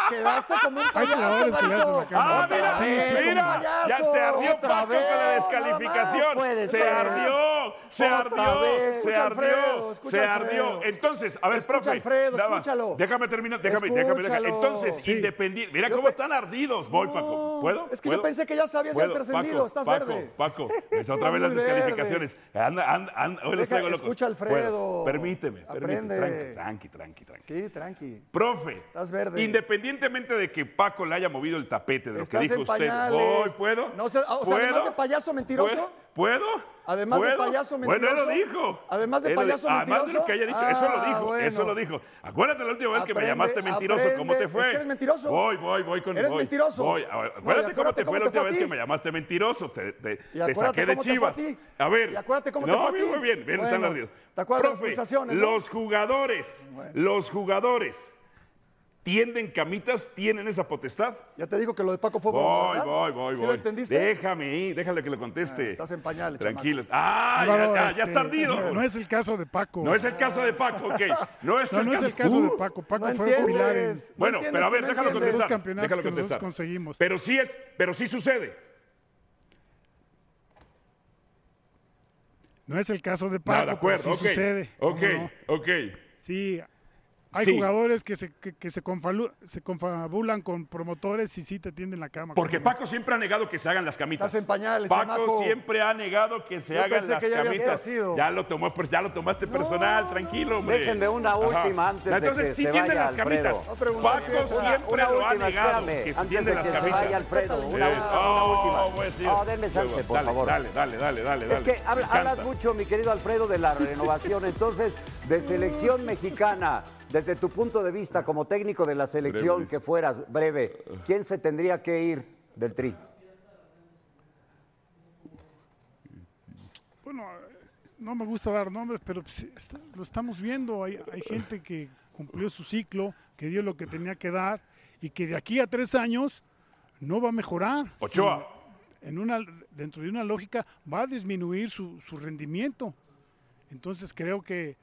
S4: quedaste como un
S8: Hay
S4: payaso,
S8: jugadores que le hacen la
S4: Alvarito.
S8: cama.
S3: ¡Ah, mira!
S8: Sí,
S4: vez,
S8: sí,
S4: como
S3: mira,
S4: un
S3: ya
S4: payaso.
S3: se ardió Paco
S7: otra
S3: con la
S7: vez,
S3: descalificación.
S7: no puede
S3: se
S7: ser.
S3: ardió, se
S7: Otra
S3: ardió,
S7: vez.
S3: se
S4: Escucha,
S3: ardió,
S4: Alfredo, escucha,
S3: se ardió.
S4: Alfredo.
S3: Entonces, a ver,
S4: Escucha,
S3: profe.
S4: Alfredo,
S3: nada más.
S4: escúchalo.
S3: Déjame terminar, déjame, déjame, déjame.
S4: Escúchalo.
S3: Entonces,
S8: Sí.
S3: independiente. Mira
S4: Yo
S3: cómo
S4: pe-
S3: están ardidos, voy, Paco. ¿Puedo?
S4: es que yo
S3: ¿Puedo?
S4: pensé que ya sabías, ya has
S3: ¿Puedo?
S4: trascendido,
S3: Paco,
S4: estás
S3: Paco,
S4: verde.
S3: Paco, es otra
S4: Estás
S3: vez las
S4: muy verde.
S3: descalificaciones. Anda, anda, anda. Hoy los
S4: Deja-
S3: traigo locos.
S4: escucha, Alfredo.
S3: Puedo. Permíteme,
S4: Aprende.
S3: permíteme. Tranqui, tranqui, tranqui, tranqui.
S4: Sí, tranqui.
S3: Profe,
S4: Estás verde.
S3: independientemente de que Paco le haya movido el tapete de lo
S4: Estás
S3: que dijo
S4: en
S3: usted,
S4: pañales.
S3: hoy puedo.
S4: No, o sea, o sea, además de payaso mentiroso,
S3: ¿Puedo? ¿Puedo?
S4: Además de
S3: ¿Puedo?
S4: payaso
S3: Bueno, él lo
S4: mentiroso.
S3: dijo.
S4: Además de
S3: Él lo di- ah,
S4: payaso
S3: Además de lo
S4: mentiroso.
S3: que haya dicho. eso lo
S4: Ah,
S3: dijo. Eso
S4: bueno.
S3: lo dijo. Acuérdate la última vez que me
S4: Aprende,
S3: llamaste mentiroso. ¿Cómo
S4: aprende.
S3: te
S4: Es
S3: fue?
S4: que eres mentiroso.
S3: Voy, voy, voy con
S4: Eres
S3: voy.
S4: mentiroso.
S3: Voy. A-
S4: No, y
S3: Acuérdate, cómo
S4: acuérdate
S3: te fue
S4: cómo
S3: la
S4: te fue
S3: última
S4: a
S3: vez
S4: ti.
S3: que me llamaste mentiroso. Te, te- te
S4: acuérdate
S3: saqué de
S4: cómo te fue a
S3: chivas.
S4: ti.
S3: A ver.
S4: Y acuérdate cómo te
S3: no,
S4: fue a ti.
S3: muy bien. Bien,
S4: Bueno,
S3: están ardidos.
S4: ¿te acuerdas de las
S3: Profe,
S4: pulsaciones, no?
S3: Los jugadores. Los jugadores. ¿Tienden camitas? ¿Tienen esa potestad?
S4: Ya te digo que lo de Paco fue broma,
S3: Voy,
S4: ¿verdad?
S3: voy, voy,
S4: ¿Sí
S3: voy.
S4: lo entendiste? Ah,
S3: Déjame ir, déjale que le conteste.
S4: estás en pañales,
S3: Tranquilos. Ah,
S8: Álvaro,
S3: ya, ya, ya
S8: este,
S3: está ardido.
S8: No, no es el caso de Paco.
S3: No es el caso de Paco, ok. No es,
S8: No,
S3: el,
S8: no es
S3: caso.
S8: el caso de
S3: Uh,
S8: Paco. Paco
S4: no
S8: fue pilar en
S4: entiendes.
S3: Bueno,
S4: entiendes
S3: pero a
S4: que
S3: ver,
S4: no
S3: déjalo
S4: entiendes.
S3: contestar.
S8: los campeonatos
S3: déjalo
S8: que nosotros
S3: contestar.
S8: conseguimos.
S3: Pero sí es, pero sí sucede.
S8: No es el caso de
S3: Nada,
S8: Paco,
S3: de
S8: pero
S3: acuerdo,
S8: sí
S3: ok.
S8: sucede.
S3: Ok,
S8: ¿cómo no?
S3: ok.
S8: Sí, hay
S3: Sí.
S8: jugadores que, se, que, que se, confalu- se confabulan con promotores y sí te tienden la cama.
S3: Porque
S8: ¿cómo no?
S3: Paco siempre ha negado que se hagan las camitas.
S4: Estás en pañales,
S3: Paco
S4: chamaco.
S3: siempre ha negado que se
S4: Yo
S3: hagan
S4: pensé
S3: las
S4: que ya había
S3: camitas.
S4: sido.
S3: Ya lo tomó, pues, ya lo tomaste personal, tranquilo, hombre.
S7: Déjenme una última antes de
S3: Entonces
S7: que
S3: sí
S7: se
S3: tiende
S7: vaya
S3: las camitas.
S7: Alfredo.
S3: Paco siempre
S7: una
S3: lo ha
S7: última,
S3: negado
S7: espérame,
S3: que se
S7: antes
S3: tiende
S7: de
S3: las
S7: que se
S3: camitas.
S7: vaya Alfredo, una
S3: Eh,
S7: última, una
S3: oh,
S7: última.
S3: voy a decir.
S7: No, denme chance, por
S3: Dale,
S7: favor.
S3: Dale, dale, dale, dale.
S7: Es que
S3: dale.
S7: habla-
S3: Me
S7: hablas
S3: encanta.
S7: mucho, mi querido Alfredo, de la renovación. Entonces, de selección mexicana, desde tu punto de vista como técnico de la selección
S3: Breve, dice.
S7: que fueras, breve, ¿quién se tendría que ir del tri?
S8: Bueno, no me gusta dar nombres, pero pues, está- lo estamos viendo. Hay, hay gente que cumplió su ciclo, que dio lo que tenía que dar y que de aquí a tres años no va a mejorar.
S3: Ochoa.
S8: en una, dentro de una lógica va a disminuir su, su rendimiento. Entonces creo que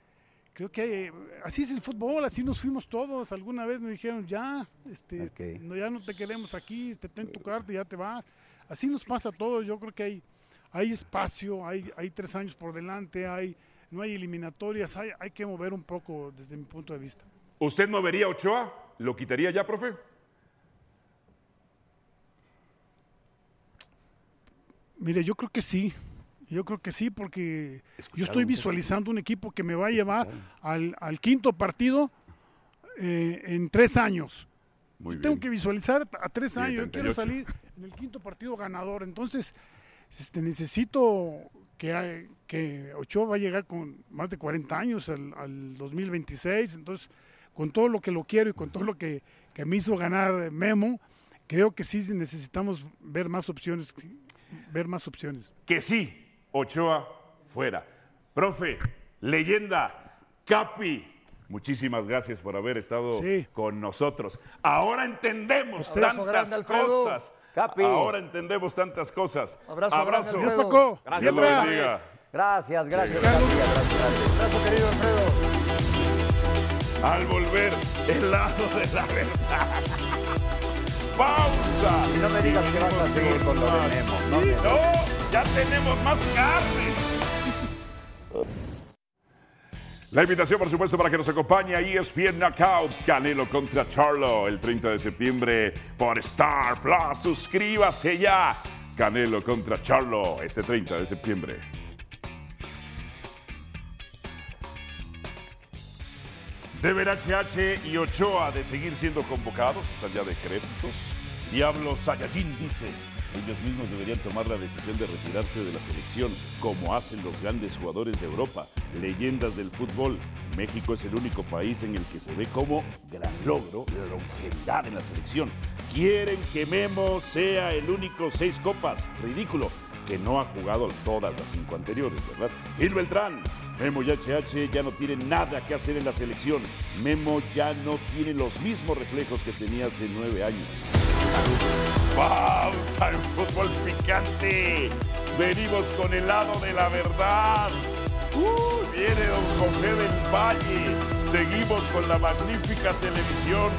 S8: creo que eh, así es el fútbol, así nos fuimos todos. Alguna vez nos dijeron ya, este,
S7: Ok.
S8: no, ya no te queremos aquí, este, ten tu carta y ya te vas. Así nos pasa a todos. Yo creo que hay hay espacio, hay hay tres años por delante, hay no hay eliminatorias, hay hay que mover un poco desde mi punto de vista.
S3: ¿Usted movería a Ochoa? ¿Lo quitaría ya, profe?
S8: Mire, yo creo que sí. Yo creo que sí, porque yo
S3: Escucharon
S8: estoy
S3: ustedes.
S8: visualizando un equipo que me va a llevar al, al quinto partido eh, en tres años.
S3: Muy
S8: Yo tengo que visualizar a tres
S3: Sí,
S8: años. Yo quiero
S3: 38.
S8: salir en el quinto partido ganador. Entonces, este, necesito que, hay- que Ochoa va a llegar con más de 40 años al, al 2026. Entonces, con todo lo que lo quiero y con todo lo que, que me hizo ganar Memo, creo que sí necesitamos ver más opciones. Ver más opciones.
S3: que sí, Ochoa fuera. Profe, leyenda, Capi, muchísimas gracias por haber estado
S8: Sí.
S3: con nosotros. Ahora entendemos
S4: Abrazo
S3: tantas
S4: grande, Alfredo.
S3: cosas.
S7: Capi.
S3: Ahora entendemos tantas cosas.
S4: Abrazo grande,
S8: Dios
S4: Alfredo.
S8: Paco.
S3: Dios lo
S8: Piedra.
S3: bendiga.
S7: Gracias, gracias. gracias, gracias.
S4: Abrazo, querido Alfredo.
S3: Al volver, el lado de la verdad. Pausa.
S7: Y no me digas que vas a
S3: Y
S7: seguir con lo de
S3: más.
S7: Memo, no
S3: Y
S7: me-
S3: no, ya tenemos más carne. La invitación, por supuesto, para que nos acompañe a ESPN Knockout, Canelo contra Charlo, el 30 de septiembre por Star Plus. Suscríbase ya. Canelo contra Charlo, este 30 de septiembre. Deben HH y Ochoa de seguir siendo convocados, están ya decrépitos. Diablo Sayajin dice, ellos mismos deberían tomar la decisión de retirarse de la selección, como hacen los grandes jugadores de Europa, leyendas del fútbol. México es el único país en el que se ve como gran logro la longevidad en la selección. Quieren que Memo sea el único seis copas, ridículo, que no ha jugado todas las cinco anteriores, ¿verdad? Gil Beltrán, Memo y HH ya no tiene nada que hacer en la selección. Memo ya no tiene los mismos reflejos que tenía hace nueve años. ¡Pausa en fútbol picante! Venimos con el lado de la verdad. ¡Uh! Viene don José del Valle. Seguimos con la magnífica televisión.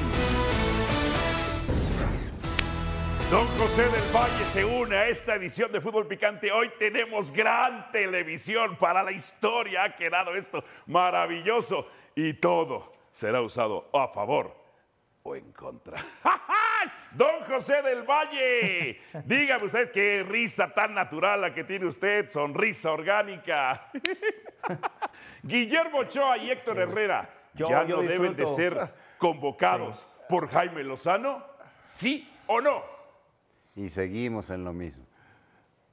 S3: Don José del Valle se une a esta edición de Fútbol Picante. Hoy tenemos gran televisión para la historia. Ha quedado esto maravilloso y todo será usado a favor o en contra. ¡Ja, ja! Don José del Valle, dígame usted qué risa tan natural la que tiene usted, sonrisa orgánica. Guillermo Ochoa y Héctor Herrera
S10: Yo-
S3: ya
S10: yo
S3: no deben de
S10: disfruto.
S3: ser convocados por Jaime Lozano, sí o no.
S7: Y seguimos en lo mismo.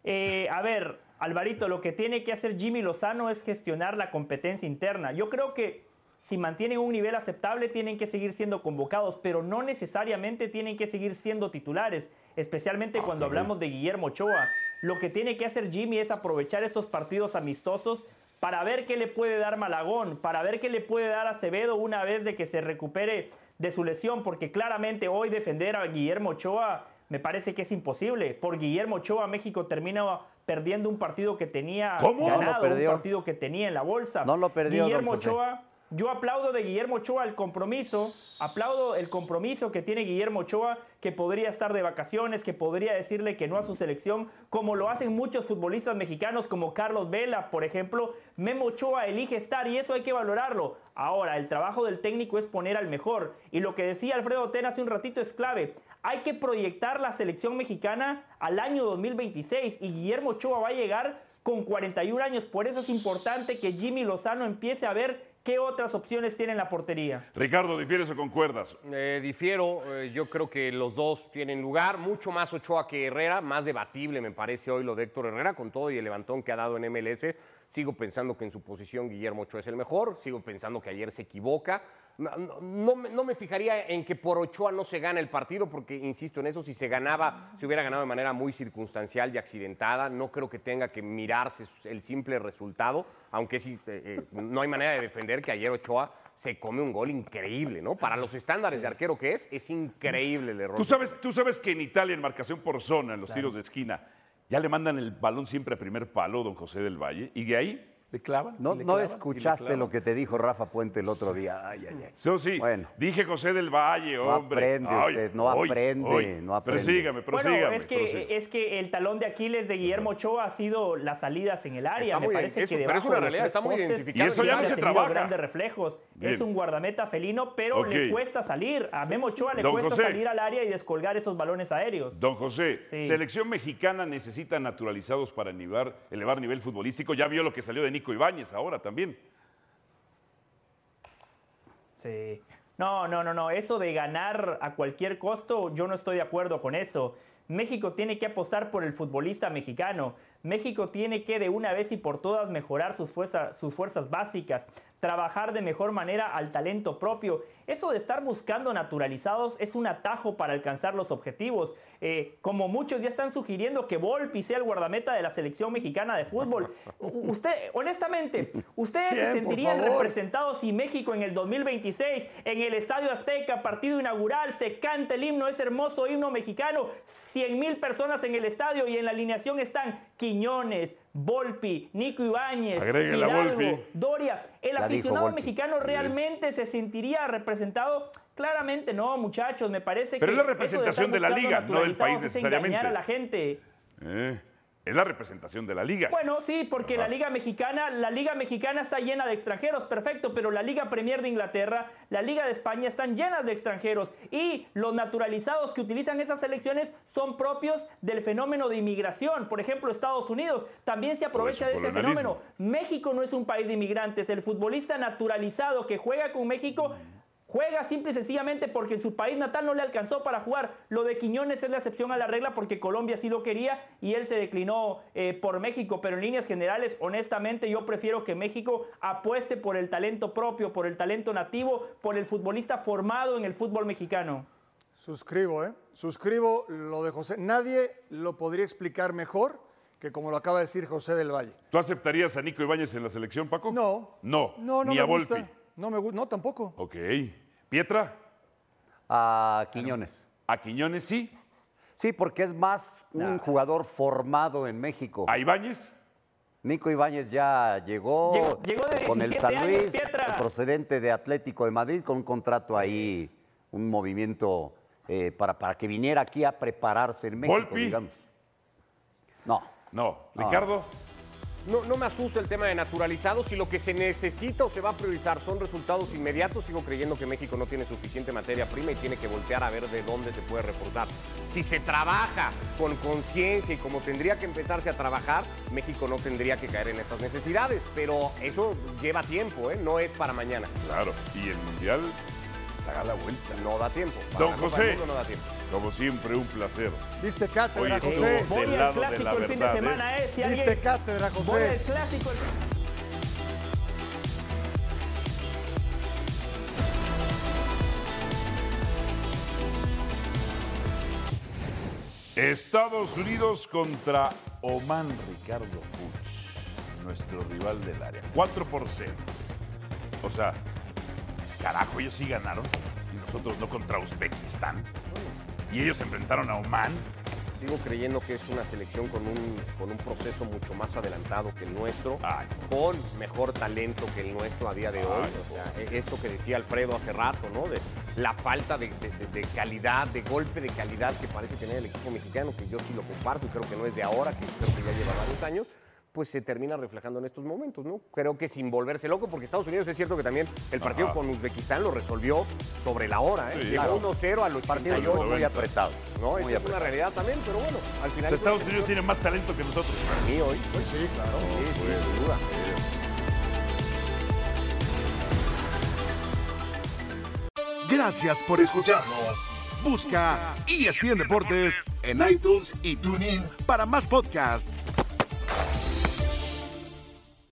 S10: Eh, a ver, Alvarito, lo que tiene que hacer Jimmy Lozano es gestionar la competencia interna. Yo creo que si mantienen un nivel aceptable tienen que seguir siendo convocados, pero no necesariamente tienen que seguir siendo titulares, especialmente cuando hablamos de Guillermo Ochoa. Lo que tiene que hacer Jimmy es aprovechar estos partidos amistosos para ver qué le puede dar Malagón, para ver qué le puede dar Acevedo una vez de que se recupere de su lesión, porque claramente hoy defender a Guillermo Ochoa me parece que es imposible. Por Guillermo Ochoa México termina perdiendo un partido que tenía
S7: ¿Cómo? No lo
S10: ganado, un
S7: perdió.
S10: partido que tenía en la bolsa.
S7: No lo perdió, don
S10: Guillermo
S7: José.
S10: Ochoa yo aplaudo de Guillermo Ochoa el compromiso, aplaudo el compromiso que tiene Guillermo Ochoa, que podría estar de vacaciones, que podría decirle que no a su selección, como lo hacen muchos futbolistas mexicanos como Carlos Vela, por ejemplo. Memo Ochoa elige estar y eso hay que valorarlo. Ahora, el trabajo del técnico es poner al mejor. Y lo que decía Alfredo Tena hace un ratito es clave. Hay que proyectar la selección mexicana al año 2026 y Guillermo Ochoa va a llegar con 41 años. Por eso es importante que Jimmy Lozano empiece a ver qué otras opciones tiene en la portería.
S3: Ricardo, ¿difieres o concuerdas?
S6: Eh, difiero, eh, yo creo que los dos tienen lugar, mucho más Ochoa que Herrera, más debatible me parece hoy lo de Héctor Herrera con todo y el levantón que ha dado en MLS. Sigo pensando que en su posición Guillermo Ochoa es el mejor, sigo pensando que ayer se equivoca. No, no- no me- no me fijaría en que por Ochoa no se gana el partido, porque insisto en eso, si se ganaba, se hubiera ganado de manera muy circunstancial y accidentada. No creo que tenga que mirarse el simple resultado, aunque sí, eh, eh, no hay manera de defender que ayer Ochoa se come un gol increíble, ¿no? Para los estándares de arquero que es, es increíble el error.
S3: Tú sabes, tú sabes que en Italia, en marcación por zona, en los tiros de esquina, ya le mandan el balón siempre a primer palo, don José del Valle, y de ahí le clavan.
S7: No,
S3: y le
S7: no
S3: clavan, y le
S7: escuchaste
S3: clavan.
S7: lo que te dijo Rafa Puente el otro día. Ay, ay, ay.
S3: Eso sí,
S7: Bueno.
S3: dije José del Valle,
S7: No
S3: hombre.
S7: aprende usted, no aprende, no aprende.
S3: Persígame,
S10: Bueno,
S3: prosígame.
S10: es que,
S3: prosígame.
S10: es que el talón de Aquiles de Guillermo Ochoa ha sido las salidas en el área.
S6: Está
S10: Me
S6: muy-
S10: parece
S6: eso-
S10: que
S6: pero
S10: debajo
S6: es una
S10: de los
S6: realidad,
S10: tres
S6: está muy
S10: postes
S6: identificado.
S3: Y eso ya no
S10: ha
S3: se
S10: tenido
S3: trabaja.
S10: grandes reflejos. Es
S3: Bien.
S10: un guardameta felino, pero
S3: Ok.
S10: le cuesta salir. A Memo Ochoa le
S3: Don
S10: cuesta
S3: José.
S10: salir al área y descolgar esos balones aéreos.
S3: Don José,
S10: Sí.
S3: selección mexicana necesita naturalizados para elevar, elevar nivel futbolístico. Ya vio lo que salió de Nico Ibáñez ahora también.
S10: Sí. No, no, no, no. Eso de ganar a cualquier costo, yo no estoy de acuerdo con eso. México tiene que apostar por el futbolista mexicano. México tiene que de una vez y por todas mejorar sus, fuerza- sus fuerzas básicas, trabajar de mejor manera al talento propio. Eso de estar buscando naturalizados es un atajo para alcanzar los objetivos. Eh, como muchos ya están sugiriendo que Volpi sea el guardameta de la selección mexicana de fútbol. U- Usted, honestamente, ustedes se
S4: Bien, por
S10: sentirían
S4: favor.
S10: representados representados y México en el 2026 en el Estadio Azteca, partido inaugural, se canta el himno, ese hermoso himno mexicano, 100 mil personas en el estadio y en la alineación están Quiñones, Volpi, Nico Ibáñez,
S3: Agréguela, Volpi.
S10: Doria. El
S7: dijo
S10: aficionado
S7: Volpi.
S10: mexicano realmente se sentiría representado. Claramente no, muchachos, me parece
S3: Pero
S10: que
S3: es la
S10: eso estar
S3: representación de la
S10: buscando
S3: liga, no del país
S10: naturalizados es engañar
S3: necesariamente.
S10: a la gente.
S3: Eh, es la representación de la liga.
S10: Bueno, sí, porque la Liga Mexicana, la Liga Mexicana está llena de extranjeros, perfecto, pero la Liga Premier de Inglaterra, la Liga de España están llenas de extranjeros y los naturalizados que utilizan esas selecciones son propios del fenómeno de inmigración. Por ejemplo, Estados Unidos también se aprovecha
S3: Por
S10: de
S3: eso,
S10: ese
S3: por el analismo.
S10: fenómeno. México no es un país de inmigrantes, el futbolista naturalizado que juega con México
S3: Mm.
S10: Juega simple y sencillamente porque en su país natal no le alcanzó para jugar. Lo de Quiñones es la excepción a la regla porque Colombia sí lo quería y él se declinó eh, por México. Pero en líneas generales, honestamente, yo prefiero que México apueste por el talento propio, por el talento nativo, por el futbolista formado en el fútbol mexicano.
S4: Suscribo, ¿eh? Suscribo lo de José. Nadie lo podría explicar mejor que como lo acaba de decir José del Valle.
S3: ¿Tú aceptarías a Nico Ibáñez en la selección, Paco?
S4: No.
S3: No.
S4: No, no
S3: Ni
S4: me
S3: a Volpi.
S4: gusta. No me gusta. No, tampoco.
S3: Ok. Pietra,
S7: A Quiñones.
S3: a Quiñones sí,
S7: Sí, porque es más un jugador formado en México.
S3: a Ibáñez.
S7: Nico Ibáñez ya llegó,
S10: Llegó- llegó de
S7: con el
S10: 17
S7: San
S10: años,
S7: Luis,
S10: Pietra.
S7: procedente de Atlético de Madrid, con un contrato ahí, un movimiento eh, para, para que viniera aquí a prepararse en México,
S3: Volpi.
S7: digamos. No,
S3: No.
S7: No.
S3: Ricardo,
S6: No, no me asusta el tema de naturalizados. Si lo que se necesita o se va a priorizar son resultados inmediatos, sigo creyendo que México no tiene suficiente materia prima y tiene que voltear a ver de dónde se puede reforzar. Si se trabaja con conciencia y como tendría que empezarse a trabajar, México no tendría que caer en estas necesidades. Pero eso lleva tiempo, ¿eh? no es para mañana.
S3: claro. Y el Mundial está a la vuelta.
S6: No da tiempo. Para
S3: Don
S6: la Copa
S3: José.
S6: del Mundo no da tiempo.
S3: Como siempre, un placer.
S4: Viste cátedra,
S3: Oye,
S4: José.
S3: estuvo
S10: Voy
S3: del
S10: al
S3: lado de
S10: clásico
S3: la
S10: el fin de
S3: verdad. ¿eh?
S10: semana, ¿eh?
S4: Viste
S10: Si alguien.
S4: cátedra,
S10: Voy al
S4: José.
S10: clásico el
S3: Estados Unidos contra Oman Ricardo Puch, nuestro rival del área. 4 por 0. O sea, carajo, ellos sí ganaron y nosotros no contra Uzbekistán. Y ellos se enfrentaron a Oman.
S6: Sigo creyendo que es una selección con un, con un proceso mucho más adelantado que el nuestro,
S3: Ay.
S6: con mejor talento que el nuestro a día de hoy. O sea, e- esto que decía Alfredo hace rato, ¿no? De la falta de, de- de- de calidad, de golpe de calidad que parece tener el equipo mexicano, que yo sí lo comparto y creo que no es de ahora, que creo que ya lleva varios años pues se termina reflejando en estos momentos, ¿no? Creo que sin volverse loco, porque Estados Unidos es cierto que también el partido con Uzbekistán lo resolvió sobre la hora, ¿eh?
S3: Sí,
S6: Llegó 1-0 al 88.
S7: Partido estuvo muy apretado.
S6: No, esa
S7: muy
S6: es una
S7: apretado.
S6: realidad también, pero bueno, al
S3: O
S6: final.
S3: sea, Estados Unidos tiene más talento que nosotros.
S6: Sí, hoy. sí, claro. Sí, sin duda.
S1: Gracias por escucharnos. E Busca ESPN Deportes en iTunes y TuneIn para más podcasts.